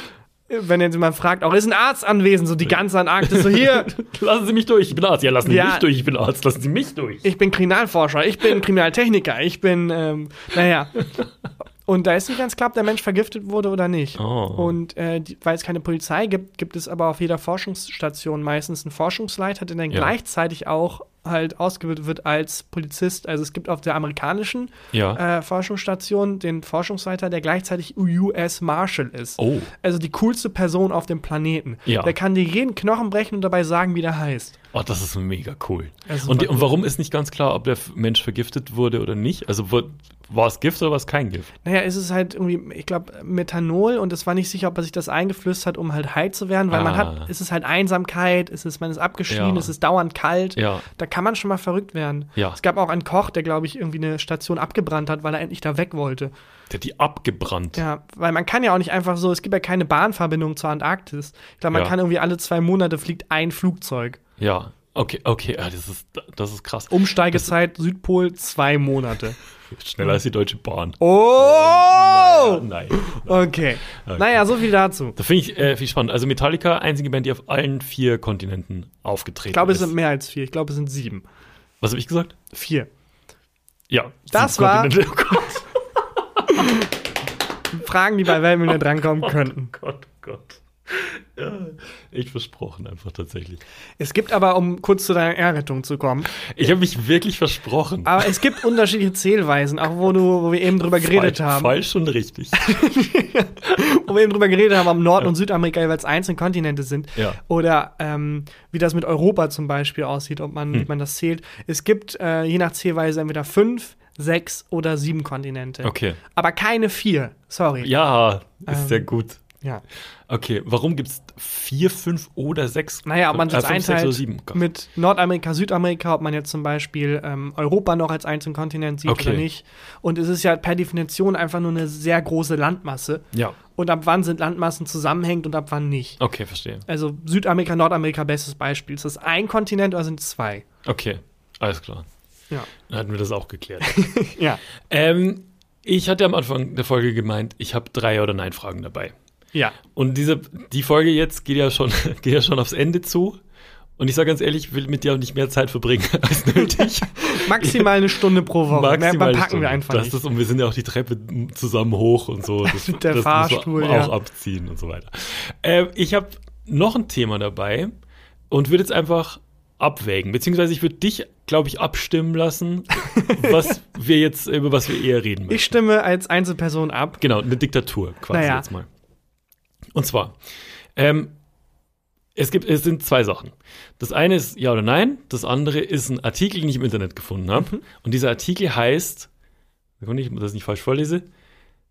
Speaker 1: wenn jetzt jemand fragt, auch ist ein Arzt anwesend, so die ganze Antarktis, so hier,
Speaker 2: Lassen Sie mich durch, ich bin Arzt. Ja, lassen Sie
Speaker 1: Ja.
Speaker 2: mich durch, ich bin Arzt. Lassen Sie mich durch.
Speaker 1: ich bin Kriminalforscher, ich bin Kriminaltechniker, ich bin, ähm, naja. Und da ist nicht ganz klar, ob der Mensch vergiftet wurde oder nicht.
Speaker 2: Oh.
Speaker 1: Und äh, die, weil es keine Polizei gibt, gibt es aber auf jeder Forschungsstation meistens einen Forschungsleiter, der dann
Speaker 2: Ja.
Speaker 1: gleichzeitig auch halt ausgebildet wird als Polizist. Also es gibt auf der amerikanischen
Speaker 2: Ja.
Speaker 1: äh, Forschungsstation den Forschungsleiter, der gleichzeitig US Marshal ist.
Speaker 2: Oh.
Speaker 1: Also die coolste Person auf dem Planeten.
Speaker 2: Ja.
Speaker 1: Der kann dir jeden Knochen brechen und dabei sagen, wie der heißt.
Speaker 2: Oh, das ist mega cool.
Speaker 1: Das ist
Speaker 2: Und, die,
Speaker 1: super
Speaker 2: und warum ist nicht ganz klar, ob der F- Mensch vergiftet wurde oder nicht? Also wo- war es Gift oder war es kein Gift?
Speaker 1: Naja, es ist halt irgendwie, ich glaube, Methanol und es war nicht sicher, ob er sich das eingeflößt hat, um halt high zu werden, weil man
Speaker 2: Ah.
Speaker 1: hat, es ist halt Einsamkeit, es ist, man ist abgeschieden,
Speaker 2: Ja.
Speaker 1: es ist dauernd kalt.
Speaker 2: Ja.
Speaker 1: Da kann man schon mal verrückt werden.
Speaker 2: Ja.
Speaker 1: Es gab auch einen Koch, der, glaube ich, irgendwie eine Station abgebrannt hat, weil er endlich da weg wollte.
Speaker 2: Der hat die abgebrannt.
Speaker 1: Ja, weil man kann ja auch nicht einfach so, es gibt ja keine Bahnverbindung zur Antarktis. Ich glaube, man
Speaker 2: Ja.
Speaker 1: kann irgendwie alle zwei Monate fliegt ein Flugzeug.
Speaker 2: Ja. Okay, okay, ah, das ist, das ist krass.
Speaker 1: Um Umsteigezeit Südpol zwei Monate.
Speaker 2: Schneller als die Deutsche Bahn.
Speaker 1: Oh!
Speaker 2: Nein.
Speaker 1: Okay. Naja, so viel dazu.
Speaker 2: Da finde ich äh, viel spannend. Also Metallica, einzige Band, die auf allen vier Kontinenten aufgetreten
Speaker 1: Ich glaube, es
Speaker 2: ist.
Speaker 1: sind mehr als vier. Ich glaube, es sind sieben.
Speaker 2: Was habe ich gesagt?
Speaker 1: Vier.
Speaker 2: Ja.
Speaker 1: Das
Speaker 2: sieben
Speaker 1: war-
Speaker 2: Kontinente. Oh Gott,
Speaker 1: Fragen, die bei Wellenmüller drankommen könnten.
Speaker 2: oh Gott, oh Gott. Ja, ich versprochen einfach tatsächlich.
Speaker 1: Es gibt aber, um kurz zu deiner Errettung zu kommen,
Speaker 2: Ich habe mich wirklich versprochen.
Speaker 1: aber es gibt unterschiedliche Zählweisen, auch wo, du, wo wir eben drüber geredet
Speaker 2: falsch,
Speaker 1: haben.
Speaker 2: Falsch und richtig.
Speaker 1: Wo wir eben drüber geredet haben, ob Nord- und Südamerika jeweils einzelne Kontinente sind.
Speaker 2: Ja.
Speaker 1: Oder ähm, wie das mit Europa zum Beispiel aussieht, ob
Speaker 2: Hm.
Speaker 1: man, wie man das zählt. Es gibt äh, je nach Zählweise entweder fünf, sechs oder sieben Kontinente.
Speaker 2: Okay.
Speaker 1: Aber keine vier. Sorry.
Speaker 2: Ja, ist sehr
Speaker 1: Ähm.
Speaker 2: gut.
Speaker 1: ja.
Speaker 2: Okay, warum gibt es vier, fünf oder sechs?
Speaker 1: Naja, ob man
Speaker 2: äh,
Speaker 1: es jetzt
Speaker 2: fünf, sechs
Speaker 1: einteilt
Speaker 2: oder sieben. Gott.
Speaker 1: mit Nordamerika, Südamerika, ob man jetzt zum Beispiel ähm, Europa noch als einzelnen Kontinent sieht
Speaker 2: Okay.
Speaker 1: oder nicht. Und es ist ja per Definition einfach nur eine sehr große Landmasse.
Speaker 2: Ja,
Speaker 1: Und ab wann sind Landmassen zusammenhängend und ab wann nicht?
Speaker 2: okay, verstehe.
Speaker 1: Also Südamerika, Nordamerika, bestes Beispiel. Ist das ein Kontinent oder sind es zwei?
Speaker 2: Okay, alles klar.
Speaker 1: Ja.
Speaker 2: Dann hatten wir das auch geklärt.
Speaker 1: Ja.
Speaker 2: ähm, ich hatte am Anfang der Folge gemeint, ich habe drei oder nein Fragen dabei.
Speaker 1: Ja.
Speaker 2: Und diese, die Folge jetzt geht ja schon, geht ja schon aufs Ende zu. Und ich sage ganz ehrlich, ich will mit dir auch nicht mehr Zeit verbringen als nötig.
Speaker 1: Maximal eine Stunde pro Woche. Mehr
Speaker 2: Maximal
Speaker 1: packen
Speaker 2: Stunde.
Speaker 1: wir einfach
Speaker 2: das
Speaker 1: nicht.
Speaker 2: Ist, und wir sind ja auch die Treppe zusammen hoch und so. Das,
Speaker 1: Der
Speaker 2: das
Speaker 1: Fahrstuhl,
Speaker 2: muss man auch
Speaker 1: ja.
Speaker 2: abziehen und so weiter. Ähm, ich habe noch ein Thema dabei und würde jetzt einfach abwägen, beziehungsweise ich würde dich, glaube ich, abstimmen lassen, was wir jetzt, über was wir eher reden möchten.
Speaker 1: Ich stimme als Einzelperson ab.
Speaker 2: genau, eine Diktatur quasi
Speaker 1: Naja.
Speaker 2: jetzt mal. Und zwar, ähm, es, gibt, es sind zwei Sachen. Das eine ist Ja oder Nein, das andere ist ein Artikel, den ich im Internet gefunden
Speaker 1: Mhm.
Speaker 2: habe. Und dieser Artikel heißt, wenn ich das nicht falsch vorlese,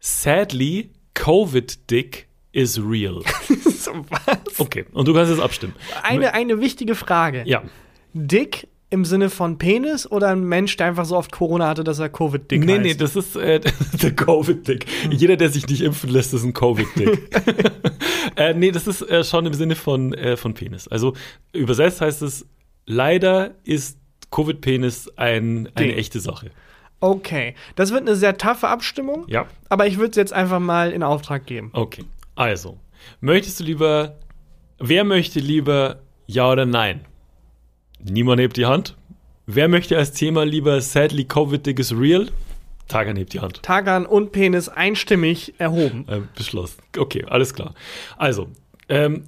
Speaker 2: Sadly, Covid-Dick is real.
Speaker 1: So, was?
Speaker 2: Okay, und du kannst jetzt abstimmen.
Speaker 1: Eine, eine wichtige Frage.
Speaker 2: Ja,
Speaker 1: Dick im Sinne von Penis oder ein Mensch, der einfach so oft Corona hatte, dass er Covid-Dick
Speaker 2: nee,
Speaker 1: heißt?
Speaker 2: nee, das ist äh, der Covid-Dick. Jeder, der sich nicht impfen lässt, ist ein Covid-Dick. äh, nee, das ist äh, schon im Sinne von, äh, von Penis. Also übersetzt heißt es, leider ist Covid-Penis ein, eine
Speaker 1: Dick.
Speaker 2: echte Sache.
Speaker 1: Okay, das wird eine sehr taffe Abstimmung,
Speaker 2: Ja.
Speaker 1: aber ich würde es jetzt einfach mal in Auftrag geben.
Speaker 2: Okay. Also, möchtest du lieber, wer möchte lieber Ja oder Nein? Niemand hebt die Hand. Wer möchte als Thema lieber Sadly Covid-Dick is real? Tagan hebt die Hand.
Speaker 1: Tagan und Penis einstimmig erhoben.
Speaker 2: Ähm, beschlossen. Okay, alles klar. Also, ähm,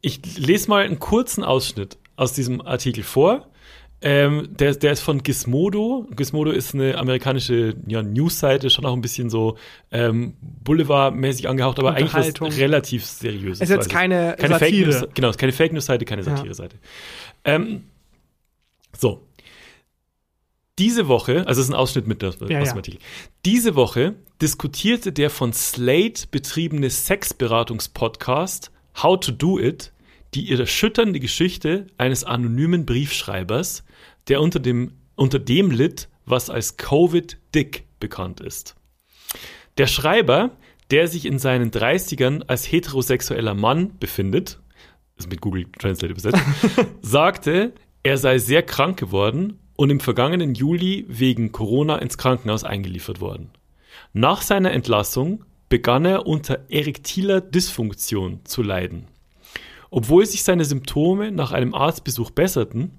Speaker 2: ich lese mal einen kurzen Ausschnitt aus diesem Artikel vor. Ähm, der, der ist von Gizmodo. Gizmodo ist eine amerikanische ja, News-Seite, schon auch ein bisschen so ähm, Boulevard-mäßig angehaucht, aber eigentlich
Speaker 1: Unterhaltung.
Speaker 2: was relativ seriöses.
Speaker 1: Ist jetzt
Speaker 2: Also,
Speaker 1: keine
Speaker 2: Fake
Speaker 1: Satire.
Speaker 2: News, genau, ist keine Fake News-Seite, keine Satire-Seite. Ähm, so. Diese Woche, also es ist ein Ausschnitt mit aus,
Speaker 1: Ja,
Speaker 2: aus
Speaker 1: ja.
Speaker 2: dem Artikel. Diese Woche diskutierte der von Slate betriebene Sexberatungspodcast How to Do It die erschütternde Geschichte eines anonymen Briefschreibers, der unter dem, unter dem litt, was als Covid-Dick bekannt ist. Der Schreiber, der sich in seinen 30ern als heterosexueller Mann befindet, ist mit Google Translate übersetzt, sagte, er sei sehr krank geworden und im vergangenen Juli wegen Corona ins Krankenhaus eingeliefert worden. Nach seiner Entlassung begann er unter erektiler Dysfunktion zu leiden. Obwohl sich seine Symptome nach einem Arztbesuch besserten,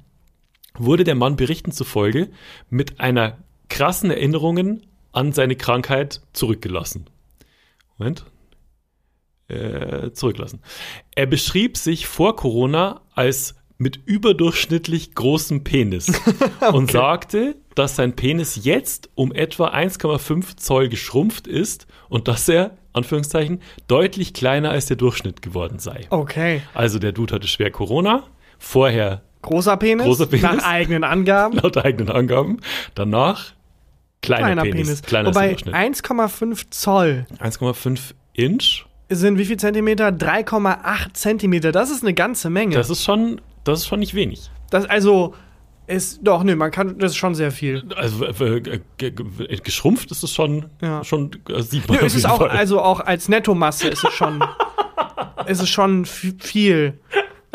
Speaker 2: wurde der Mann Berichten zufolge mit einer krassen Erinnerungen an seine Krankheit zurückgelassen. Moment. Äh, zurücklassen. Er beschrieb sich vor Corona als mit überdurchschnittlich großem Penis und sagte, dass sein Penis jetzt um etwa 1,5 Zoll geschrumpft ist und dass er, Anführungszeichen, deutlich kleiner als der Durchschnitt geworden sei.
Speaker 1: Okay,
Speaker 2: Also der Dude hatte schwer Corona, vorher
Speaker 1: großer Penis,
Speaker 2: Großer Penis.
Speaker 1: nach eigenen Angaben.
Speaker 2: laut eigenen Angaben, danach kleiner,
Speaker 1: Kleiner
Speaker 2: Penis,
Speaker 1: Penis.
Speaker 2: kleiner
Speaker 1: Wobei
Speaker 2: als der
Speaker 1: 1,5 Zoll
Speaker 2: Durchschnitt. 1,5 Inch,
Speaker 1: sind wie viel Zentimeter? 3,8 Zentimeter. Das ist eine ganze Menge.
Speaker 2: das ist schon, das ist schon nicht wenig.
Speaker 1: Das also ist doch nee, man kann das ist schon sehr viel.
Speaker 2: Also äh, äh, ge- ge- geschrumpft ist es schon,
Speaker 1: Ja.
Speaker 2: schon äh, sieht man
Speaker 1: Nö,
Speaker 2: auf
Speaker 1: es ist
Speaker 2: jeden
Speaker 1: auch
Speaker 2: Fall.
Speaker 1: also auch als Nettomasse ist es schon ist es schon f- viel.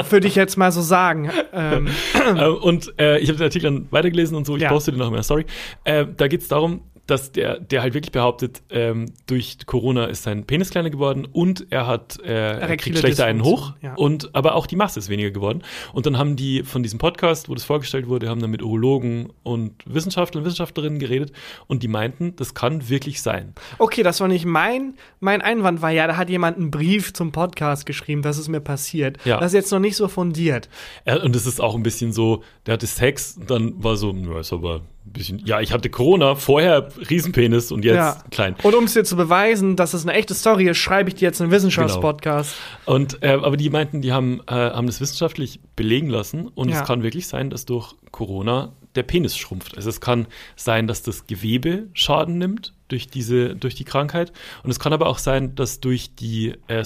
Speaker 1: Würde ich jetzt mal so sagen. Ähm,
Speaker 2: Äh, und äh, ich habe den Artikel dann weitergelesen und so, ich
Speaker 1: Ja.
Speaker 2: poste den noch in meiner Story. Äh, da geht es darum, dass der, der halt wirklich behauptet, ähm, durch Corona ist sein Penis kleiner geworden und er hat äh, er kriegt
Speaker 1: Erektile
Speaker 2: schlechter einen hoch
Speaker 1: Dysfunktion, ja.
Speaker 2: und aber auch die Masse ist weniger geworden. Und dann haben die von diesem Podcast, wo das vorgestellt wurde, haben dann mit Urologen und Wissenschaftlern und Wissenschaftlerinnen geredet und die meinten, das kann wirklich sein.
Speaker 1: okay, das war nicht mein mein Einwand war ja, da hat jemand einen Brief zum Podcast geschrieben, das ist mir passiert.
Speaker 2: Ja.
Speaker 1: Das ist jetzt noch nicht so fundiert.
Speaker 2: Ja, und es ist auch ein bisschen so, der hatte Sex, und dann war so, ja, ist aber ein bisschen, ja, ich hatte Corona, vorher Riesenpenis und jetzt
Speaker 1: Ja.
Speaker 2: klein.
Speaker 1: Und um es dir zu beweisen, dass es eine echte Story ist, schreibe ich dir jetzt einen Wissenschaftspodcast.
Speaker 2: Und äh, aber die meinten, die haben, äh, haben das wissenschaftlich belegen lassen und
Speaker 1: Ja.
Speaker 2: es kann wirklich sein, dass durch Corona der Penis schrumpft. Also es kann sein, dass das Gewebe Schaden nimmt durch diese, durch die Krankheit. Und es kann aber auch sein, dass durch die äh,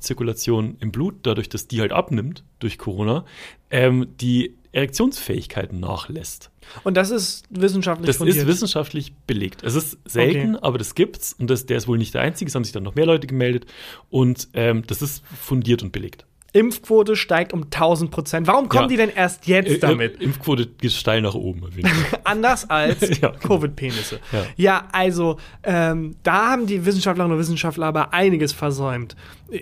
Speaker 2: Sauerstoffzirkulation im Blut, dadurch, dass die halt abnimmt durch Corona, ähm, die Erektionsfähigkeit nachlässt.
Speaker 1: Und das ist wissenschaftlich
Speaker 2: Das
Speaker 1: fundiert.
Speaker 2: ist wissenschaftlich belegt. Es ist selten,
Speaker 1: Okay.
Speaker 2: aber das gibt's und das, der ist wohl nicht der einzige. Es haben sich dann noch mehr Leute gemeldet und ähm, das ist fundiert und belegt.
Speaker 1: Impfquote steigt um 1000 Prozent. Warum kommen
Speaker 2: Ja.
Speaker 1: die denn erst jetzt
Speaker 2: Äh,
Speaker 1: damit?
Speaker 2: äh, Impfquote geht steil nach oben. auf jeden Fall.
Speaker 1: Anders als
Speaker 2: Ja, genau.
Speaker 1: Covid-Penisse. Ja.
Speaker 2: Ja.
Speaker 1: also ähm, da haben die Wissenschaftlerinnen und Wissenschaftler aber einiges versäumt.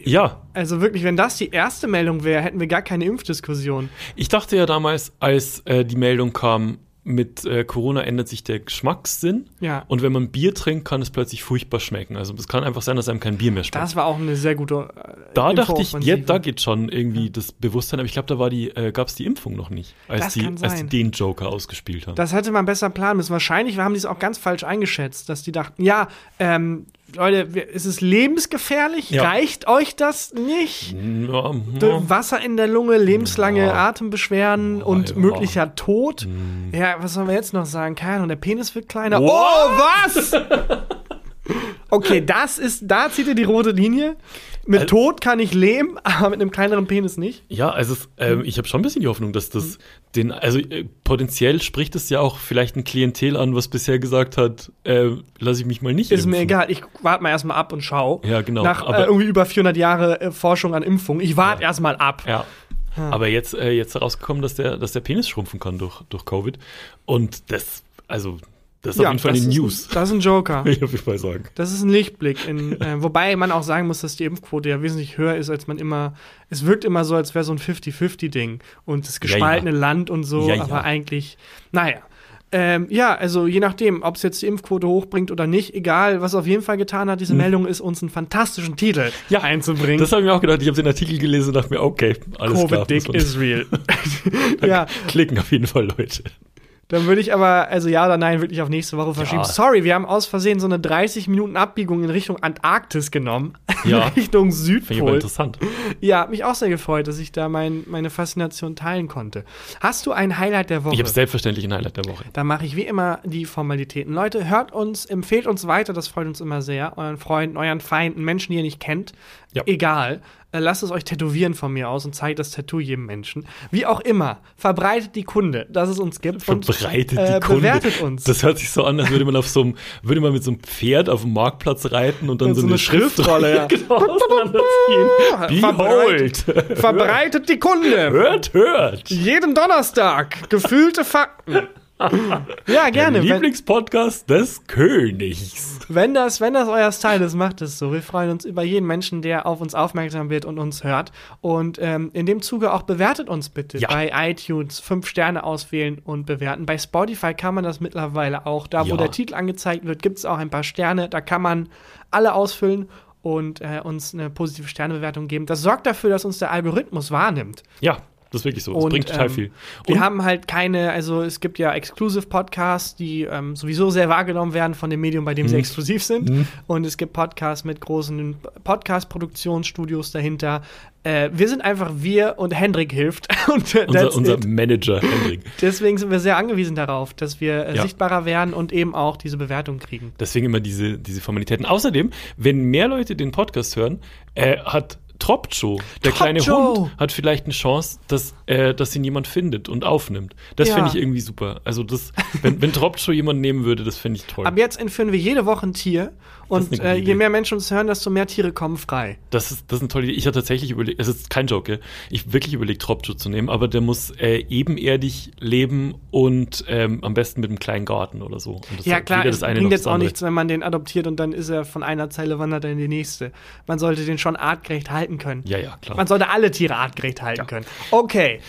Speaker 2: ja,
Speaker 1: Also wirklich, wenn das die erste Meldung wäre, hätten wir gar keine Impfdiskussion.
Speaker 2: ich dachte ja damals, als äh, die Meldung kam, mit äh, Corona ändert sich der Geschmackssinn.
Speaker 1: Ja.
Speaker 2: Und wenn man Bier trinkt, kann es plötzlich furchtbar schmecken. Also es kann einfach sein, dass einem kein Bier mehr schmeckt.
Speaker 1: Das war auch eine sehr gute. äh,
Speaker 2: da dachte ich,
Speaker 1: Infooffensive.
Speaker 2: ja, da geht schon irgendwie das Bewusstsein, aber ich glaube, da war die, äh, gab es die Impfung noch nicht, als
Speaker 1: Das
Speaker 2: die,
Speaker 1: kann
Speaker 2: als die
Speaker 1: sein.
Speaker 2: den Joker ausgespielt haben.
Speaker 1: Das hätte man besser planen müssen. Wahrscheinlich haben die es auch ganz falsch eingeschätzt, dass die dachten, ja, ähm, Leute, wir- es ist lebensgefährlich.
Speaker 2: Ja.
Speaker 1: Reicht euch das nicht?
Speaker 2: Ja,
Speaker 1: D-
Speaker 2: ja.
Speaker 1: Äh, Wasser in der Lunge, lebenslange
Speaker 2: Ja.
Speaker 1: Atembeschwerden und
Speaker 2: ja.
Speaker 1: möglicher Tod. Ja, was sollen wir jetzt noch sagen? Keine Ahnung, der Penis wird kleiner.
Speaker 2: What?
Speaker 1: Oh, was? Okay, das ist, da zieht ihr die rote Linie. Mit Tod kann ich leben, aber mit einem kleineren Penis nicht.
Speaker 2: Ja, also es, ähm, ich habe schon ein bisschen die Hoffnung, dass das den, also äh, potenziell spricht es ja auch vielleicht ein Klientel an, was bisher gesagt hat, äh, lass ich mich mal nicht
Speaker 1: Ist mir
Speaker 2: impfen.
Speaker 1: egal, ich warte mal erstmal ab und schau.
Speaker 2: Ja, genau,
Speaker 1: Nach äh,
Speaker 2: aber-
Speaker 1: irgendwie über 400 Jahre äh, Forschung an Impfung. Ich warte erst erstmal ab.
Speaker 2: Ja. Aber jetzt, äh, jetzt herausgekommen, dass der, dass der Penis schrumpfen kann durch, durch Covid. Und das, also, das ist auf jeden Fall
Speaker 1: das
Speaker 2: eine
Speaker 1: ist-
Speaker 2: News.
Speaker 1: Das ist ein Joker.
Speaker 2: Will ich auf jeden Fall sagen.
Speaker 1: Das ist ein Lichtblick. In, äh, wobei man auch sagen muss, dass die Impfquote ja wesentlich höher ist, als man immer. Es wirkt immer so, als wäre so ein 50-50-Ding. Und das
Speaker 2: ja.
Speaker 1: gespaltene Land und so.
Speaker 2: Ja, ja.
Speaker 1: Aber eigentlich, naja. Ähm, ja, also je nachdem, ob es jetzt die Impfquote hochbringt oder nicht, egal, was auf jeden Fall getan hat, diese Meldung ist, uns einen fantastischen Titel
Speaker 2: Hm. Ja,
Speaker 1: einzubringen.
Speaker 2: Das habe ich mir auch gedacht. Ich habe den Artikel gelesen und dachte mir, okay, alles klar.
Speaker 1: Covid-Dick
Speaker 2: muss man-
Speaker 1: is real. ja,
Speaker 2: Klicken auf jeden Fall, Leute.
Speaker 1: Dann würde ich aber, also ja oder nein, wirklich auf nächste Woche verschieben.
Speaker 2: Ja.
Speaker 1: Sorry, wir haben aus Versehen so eine 30 Minuten Abbiegung in Richtung Antarktis genommen.
Speaker 2: Ja.
Speaker 1: Richtung
Speaker 2: Finde ich aber
Speaker 1: Südpol.
Speaker 2: interessant.
Speaker 1: Ja, hat mich auch sehr gefreut, dass ich da mein, meine Faszination teilen konnte. Hast du ein Highlight der Woche?
Speaker 2: Ich habe selbstverständlich ein Highlight der Woche.
Speaker 1: da mache ich wie immer die Formalitäten. Leute, hört uns, empfehlt uns weiter, das freut uns immer sehr. Euren Freunden, euren Feinden, Menschen, die ihr nicht kennt.
Speaker 2: Ja.
Speaker 1: Egal. Äh, Lasst es euch tätowieren von mir aus und zeigt das Tattoo jedem Menschen. Wie auch immer, verbreitet die Kunde, dass es uns gibt. und,
Speaker 2: verbreitet
Speaker 1: äh,
Speaker 2: die Kunde.
Speaker 1: Bewertet uns.
Speaker 2: Das hört sich so an, als würde man auf so einem, würde man mit so einem Pferd auf dem Marktplatz reiten und dann
Speaker 1: Mit
Speaker 2: so,
Speaker 1: so
Speaker 2: eine
Speaker 1: einer Schriftrolle, ja.
Speaker 2: genau, auseinanderziehen.
Speaker 1: Verbreitet.
Speaker 2: Behold!
Speaker 1: Verbreitet die Kunde.
Speaker 2: Hört, hört!
Speaker 1: Jeden Donnerstag. Gefühlte Fakten. Ja, gerne. ne, Wenn,
Speaker 2: Lieblingspodcast des Königs.
Speaker 1: wenn, das, wenn das euer Style ist, macht es so. Wir freuen uns über jeden Menschen, der auf uns aufmerksam wird und uns hört. Und ähm, in dem Zuge auch bewertet uns bitte
Speaker 2: Ja.
Speaker 1: bei iTunes. Fünf Sterne auswählen und bewerten. Bei Spotify kann man das mittlerweile auch. Da, wo
Speaker 2: Ja.
Speaker 1: der Titel angezeigt wird, gibt es auch ein paar Sterne. Da kann man alle ausfüllen und äh, uns eine positive Sternebewertung geben. Das sorgt dafür, dass uns der Algorithmus wahrnimmt.
Speaker 2: Ja, das ist wirklich so. Das
Speaker 1: Und,
Speaker 2: bringt total
Speaker 1: ähm,
Speaker 2: viel.
Speaker 1: Wir
Speaker 2: Und-
Speaker 1: haben halt keine, also es gibt ja Exclusive Podcasts, die ähm, sowieso sehr wahrgenommen werden von dem Medium, bei dem
Speaker 2: Mhm.
Speaker 1: sie exklusiv sind. Und es gibt Podcasts mit großen Podcast-Produktionsstudios dahinter. Äh, wir sind einfach wir und Hendrik hilft. und äh,
Speaker 2: unser,
Speaker 1: that's
Speaker 2: unser
Speaker 1: it.
Speaker 2: Manager, Hendrik.
Speaker 1: Deswegen sind wir sehr angewiesen darauf, dass wir äh,
Speaker 2: Ja.
Speaker 1: sichtbarer werden und eben auch diese Bewertung kriegen.
Speaker 2: Deswegen immer diese, diese Formalitäten. Außerdem, wenn mehr Leute den Podcast hören, äh, hat Tropcho, der kleine
Speaker 1: Tropcho!
Speaker 2: Hund, hat vielleicht eine Chance, dass, äh, dass ihn jemand findet und aufnimmt. Das
Speaker 1: Ja.
Speaker 2: finde ich irgendwie super. Also das, wenn, wenn Tropcho jemanden nehmen würde, das finde ich toll.
Speaker 1: Ab jetzt entführen wir jede Woche ein Tier.
Speaker 2: ist eine
Speaker 1: Und
Speaker 2: gute
Speaker 1: äh, je
Speaker 2: Idee.
Speaker 1: mehr Menschen uns hören, desto mehr Tiere kommen frei.
Speaker 2: Das ist, das ist eine tolle Idee. Ich habe tatsächlich überlegt, es ist kein Joke, gell? ich hab wirklich überlegt, Tropcho zu nehmen, aber der muss äh, ebenerdig leben und ähm, am besten mit einem kleinen Garten oder so. Und das
Speaker 1: Ja
Speaker 2: hat
Speaker 1: klar,
Speaker 2: weder
Speaker 1: es
Speaker 2: das eine
Speaker 1: bringt
Speaker 2: noch
Speaker 1: jetzt
Speaker 2: das
Speaker 1: auch
Speaker 2: andere.
Speaker 1: nichts, wenn man den adoptiert und dann ist er von einer Zeile wandert er in die nächste. Man sollte den schon artgerecht halten können.
Speaker 2: Ja, ja, klar.
Speaker 1: Man sollte alle Tiere artgerecht halten können. Okay,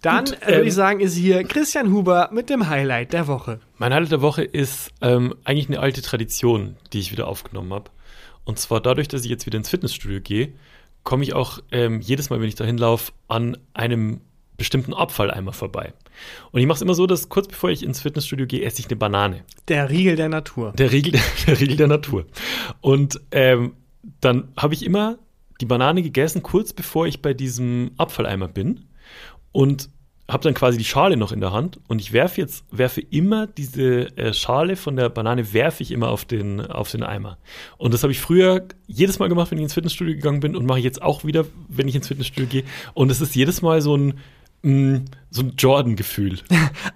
Speaker 1: dann
Speaker 2: Gut,
Speaker 1: äh, würde
Speaker 2: ähm,
Speaker 1: ich sagen, ist hier Christian Huber mit dem Highlight der Woche.
Speaker 2: Mein Highlight der Woche ist ähm, eigentlich eine alte Tradition, die ich wieder aufgenommen habe. Und zwar dadurch, dass ich jetzt wieder ins Fitnessstudio gehe, komme ich auch ähm, jedes Mal, wenn ich dahin laufe, an einem bestimmten Abfalleimer vorbei. Und ich mache es immer so, dass kurz bevor ich ins Fitnessstudio gehe, esse ich eine Banane.
Speaker 1: Der Riegel der Natur.
Speaker 2: Der Riegel, der Riegel der Natur. Und ähm, dann habe ich immer die Banane gegessen, kurz bevor ich bei diesem Abfalleimer bin. Und habe dann quasi die Schale noch in der Hand. Und ich werfe jetzt, werfe immer diese äh, Schale von der Banane, werfe ich immer auf den, auf den Eimer. Und das habe ich früher jedes Mal gemacht, wenn ich ins Fitnessstudio gegangen bin. Und mache ich jetzt auch wieder, wenn ich ins Fitnessstudio gehe. Und es ist jedes Mal so ein, mh, so ein Jordan-Gefühl.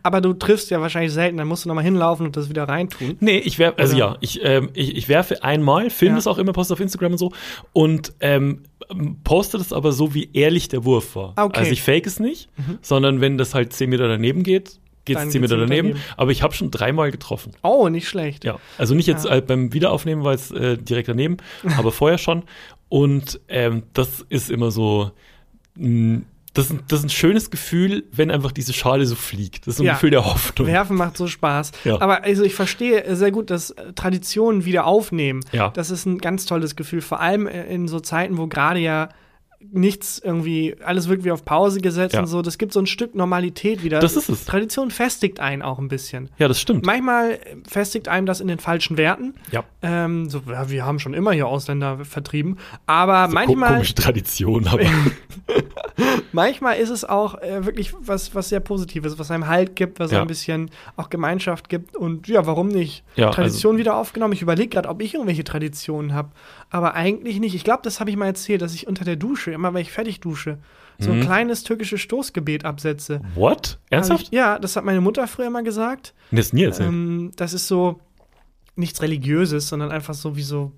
Speaker 1: Aber du triffst ja wahrscheinlich selten, dann musst du nochmal hinlaufen und das wieder reintun.
Speaker 2: Nee, ich werfe, also
Speaker 1: Oder?
Speaker 2: ja, ich, ähm, ich, ich werfe einmal, filme
Speaker 1: Ja.
Speaker 2: das auch immer, poste auf Instagram und so und ähm, ähm, poste das aber so, wie ehrlich der Wurf war.
Speaker 1: Ah, okay. Mhm.
Speaker 2: Also ich fake es nicht, sondern wenn das halt 10 Meter daneben geht, geht
Speaker 1: Dann
Speaker 2: es 10
Speaker 1: geht's
Speaker 2: Meter daneben.
Speaker 1: daneben.
Speaker 2: Aber ich habe schon dreimal getroffen.
Speaker 1: Oh, nicht schlecht.
Speaker 2: Ja, also nicht
Speaker 1: Ah.
Speaker 2: jetzt äh, beim Wiederaufnehmen, weil es äh, direkt daneben, aber vorher schon. Und ähm, das ist immer so, mh, das, ist- das ist ein schönes Gefühl, wenn einfach diese Schale so fliegt. Das ist so ein
Speaker 1: Ja.
Speaker 2: Gefühl der Hoffnung.
Speaker 1: Werfen macht so Spaß.
Speaker 2: Ja.
Speaker 1: Aber also ich verstehe äh, sehr gut, dass äh, Traditionen wieder aufnehmen.
Speaker 2: Ja.
Speaker 1: Das ist ein ganz tolles Gefühl, vor allem äh, in so Zeiten, wo gerade ja nichts irgendwie, alles wird wie auf Pause gesetzt
Speaker 2: Ja.
Speaker 1: und so. Das gibt so ein Stück Normalität wieder.
Speaker 2: Das ist es.
Speaker 1: Tradition festigt einen auch ein bisschen.
Speaker 2: Ja, das stimmt.
Speaker 1: Manchmal äh, festigt einem das in den falschen Werten.
Speaker 2: Ja.
Speaker 1: Ähm, so, ja, wir haben schon immer hier Ausländer vertrieben. Aber
Speaker 2: Ko-
Speaker 1: manchmal,
Speaker 2: Komische Tradition, aber
Speaker 1: manchmal ist es auch äh, wirklich was, was sehr Positives, was einem Halt gibt, was
Speaker 2: Ja.
Speaker 1: ein bisschen auch Gemeinschaft gibt. Und ja, warum nicht?
Speaker 2: Ja, also
Speaker 1: Tradition wieder aufgenommen. Ich überlege gerade, ob ich irgendwelche Traditionen habe. Aber eigentlich nicht. Ich glaube, das habe ich mal erzählt, dass ich unter der Dusche, immer wenn ich fertig dusche, so ein kleines türkisches Stoßgebet absetze.
Speaker 2: what?
Speaker 1: Hab
Speaker 2: Mhm. Ernsthaft?
Speaker 1: Ich, ja, das hat meine Mutter früher mal gesagt.
Speaker 2: Nee, das nie erzählt.
Speaker 1: Ähm, das ist so nichts Religiöses, sondern einfach so wie so,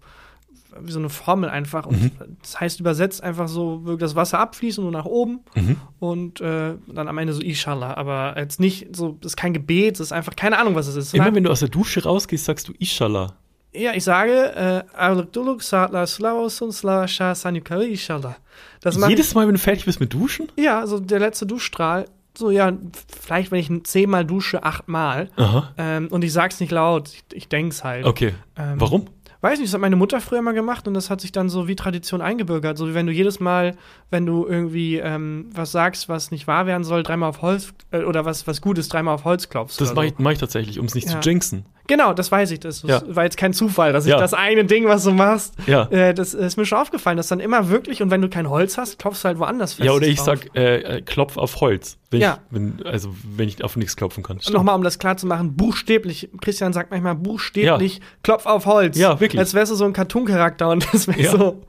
Speaker 1: wie so eine Formel einfach. Und
Speaker 2: Mhm.
Speaker 1: das heißt übersetzt einfach so, wirkt das Wasser abfließen nur nach oben
Speaker 2: Mhm.
Speaker 1: und äh, dann am Ende so Inshallah. Aber jetzt nicht so, das ist kein Gebet, das ist einfach keine Ahnung, was es ist.
Speaker 2: Immer
Speaker 1: Na-
Speaker 2: wenn du aus der Dusche rausgehst, sagst du Inshallah.
Speaker 1: ja, ich sage, äh, Aluk Duluk, Sadla, Slausun, Sla, Shah, Sanukari, Inshallah. Das mache
Speaker 2: Jedes Mal, wenn du fertig bist mit Duschen?
Speaker 1: ich, ja, so der letzte Duschstrahl. So, ja, vielleicht, wenn ich zehnmal dusche, achtmal.
Speaker 2: Aha.
Speaker 1: Ähm, und ich sag's nicht laut, ich, ich denk's halt.
Speaker 2: Okay.
Speaker 1: Ähm,
Speaker 2: Warum?
Speaker 1: Weiß nicht, das hat meine Mutter früher mal gemacht und das hat sich dann so wie Tradition eingebürgert. So wie wenn du jedes Mal, wenn du irgendwie ähm, was sagst, was nicht wahr werden soll, dreimal auf Holz äh, oder was, was Gutes, dreimal auf Holz klopfst.
Speaker 2: Das
Speaker 1: oder
Speaker 2: mache
Speaker 1: so.
Speaker 2: ich, mach ich tatsächlich, um es nicht
Speaker 1: Ja.
Speaker 2: zu jinxen.
Speaker 1: Genau, das weiß ich. Das
Speaker 2: Ja.
Speaker 1: war jetzt kein Zufall, dass ich
Speaker 2: Ja.
Speaker 1: das eine Ding, was du machst,
Speaker 2: Ja.
Speaker 1: äh, das ist mir schon aufgefallen, dass dann immer wirklich, und wenn du kein Holz hast, klopfst du halt woanders fest.
Speaker 2: Ja, oder ich
Speaker 1: drauf.
Speaker 2: sag, äh, äh, klopf auf Holz. Wenn
Speaker 1: Ja.
Speaker 2: Ich, wenn, also, wenn ich auf nichts klopfen kann. Stimmt.
Speaker 1: Nochmal, um das klar zu machen, buchstäblich, Christian sagt manchmal buchstäblich, klopf auf Holz.
Speaker 2: Ja, wirklich.
Speaker 1: Als wärst du so ein Cartoon-Charakter und das wäre
Speaker 2: Ja.
Speaker 1: so.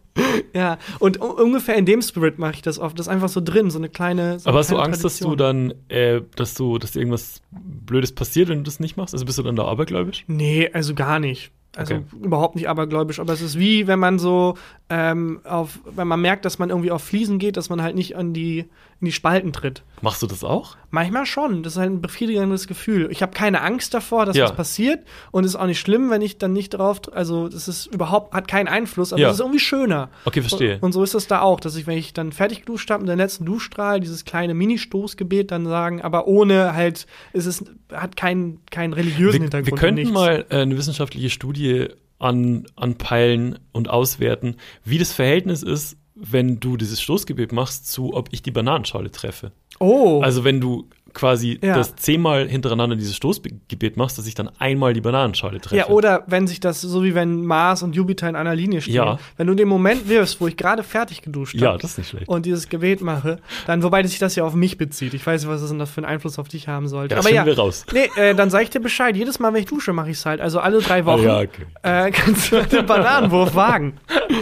Speaker 1: Ja, und u- ungefähr in dem Spirit mache ich das oft. Das ist einfach so drin, so eine kleine. So
Speaker 2: Aber hast du
Speaker 1: kleine
Speaker 2: Angst, dass du
Speaker 1: Tradition.
Speaker 2: dann, äh, dass du, dass dir irgendwas Blödes passiert, wenn du das nicht machst? Also bist du dann da abergläubisch?
Speaker 1: Nee, also gar nicht. Also
Speaker 2: Okay.
Speaker 1: überhaupt nicht abergläubisch, aber es ist wie, wenn man so ähm, auf, wenn man merkt, dass man irgendwie auf Fliesen geht, dass man halt nicht an die, in die Spalten tritt.
Speaker 2: Machst du das auch?
Speaker 1: Manchmal schon. Das ist halt ein befriedigendes Gefühl. Ich habe keine Angst davor, dass
Speaker 2: Ja.
Speaker 1: was passiert. Und es ist auch nicht schlimm, wenn ich dann nicht drauf. Also, das ist überhaupt, hat keinen Einfluss, aber
Speaker 2: Ja.
Speaker 1: es ist irgendwie schöner.
Speaker 2: Okay, verstehe.
Speaker 1: Und, und so ist das da auch, dass ich, wenn ich dann fertig geduscht habe, mit dem letzten Duschstrahl, dieses kleine Mini-Stoßgebet dann sagen, aber ohne halt, es ist, hat keinen, keinen religiösen
Speaker 2: Wir,
Speaker 1: Hintergrund.
Speaker 2: wir könnten
Speaker 1: nichts.
Speaker 2: mal äh, eine wissenschaftliche Studie an, anpeilen und auswerten, wie das Verhältnis ist, wenn du dieses Stoßgebet machst, zu ob ich die Bananenschale treffe.
Speaker 1: Oh,
Speaker 2: Also wenn du quasi
Speaker 1: Ja.
Speaker 2: das zehnmal hintereinander dieses Stoßgebet machst, dass ich dann einmal die Bananenschale treffe.
Speaker 1: ja, oder wenn sich das, so wie wenn Mars und Jupiter in einer Linie stehen,
Speaker 2: Ja.
Speaker 1: wenn du den Moment wirfst, wo ich gerade fertig geduscht habe.
Speaker 2: Ja, das ist nicht schlecht.
Speaker 1: und dieses Gebet mache, dann wobei sich das ja auf mich bezieht. Ich weiß nicht, was das denn das für einen Einfluss auf dich haben sollte.
Speaker 2: Ja, das
Speaker 1: Aber ja,
Speaker 2: finden wir raus.
Speaker 1: nee, äh, dann sag ich dir Bescheid. Jedes Mal, wenn ich dusche, mache ich es halt. Also alle drei Wochen
Speaker 2: Ja, okay.
Speaker 1: äh, kannst du den Bananenwurf wagen.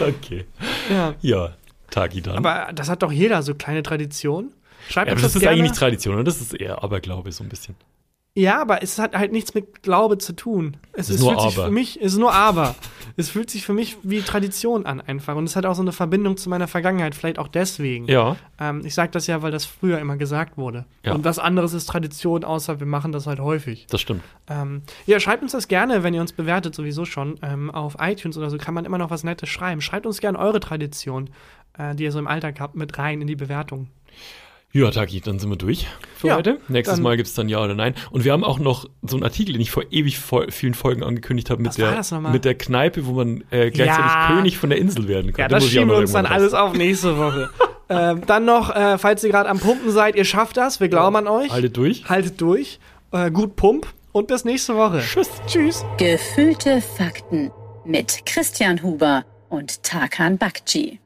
Speaker 2: Okay.
Speaker 1: Ja.
Speaker 2: Ja, Tagi dann.
Speaker 1: Aber das hat doch jeder so kleine Tradition. Schreib
Speaker 2: ja,
Speaker 1: uns
Speaker 2: aber das ist
Speaker 1: gerne.
Speaker 2: eigentlich nicht Tradition, oder? Das ist eher Aberglaube so ein bisschen.
Speaker 1: Ja, aber es hat halt nichts mit Glaube zu tun. Es,
Speaker 2: ist
Speaker 1: es
Speaker 2: nur
Speaker 1: fühlt sich
Speaker 2: aber.
Speaker 1: für mich, es ist nur aber. es fühlt sich für mich wie Tradition an einfach. Und es hat auch so eine Verbindung zu meiner Vergangenheit, vielleicht auch deswegen.
Speaker 2: Ja.
Speaker 1: Ähm, ich sage das ja, weil das früher immer gesagt wurde.
Speaker 2: Ja.
Speaker 1: Und was anderes ist Tradition, außer wir machen das halt häufig.
Speaker 2: Das stimmt.
Speaker 1: Ähm, ja, schreibt uns das gerne, wenn ihr uns bewertet, sowieso schon. Ähm, auf iTunes oder so kann man immer noch was Nettes schreiben. Schreibt uns gerne eure Tradition, äh, die ihr so im Alltag habt, mit rein in die Bewertung.
Speaker 2: Ja, Taki, dann sind wir durch für
Speaker 1: Ja,
Speaker 2: heute. Nächstes
Speaker 1: dann-
Speaker 2: Mal gibt's dann Ja oder Nein. Und wir haben auch noch so einen Artikel, den ich vor ewig voll, vielen Folgen angekündigt habe,
Speaker 1: Was
Speaker 2: mit,
Speaker 1: war
Speaker 2: der-
Speaker 1: das nochmal?
Speaker 2: mit der Kneipe, wo man äh, gleichzeitig
Speaker 1: Ja.
Speaker 2: König von der Insel werden kann.
Speaker 1: Ja,
Speaker 2: Den
Speaker 1: das
Speaker 2: muss ich auch
Speaker 1: schieben
Speaker 2: noch
Speaker 1: wir uns dann
Speaker 2: irgendwann
Speaker 1: alles auf nächste Woche. ähm, dann noch, äh, falls ihr gerade am Pumpen seid, ihr schafft das. Wir glauben an euch.
Speaker 2: raus- Haltet durch.
Speaker 1: Haltet durch. Äh, gut Pump und bis nächste Woche.
Speaker 2: Tschüss.
Speaker 1: Tschüss.
Speaker 3: Gefühlte Fakten mit Christian Huber und Tarkan Bakci.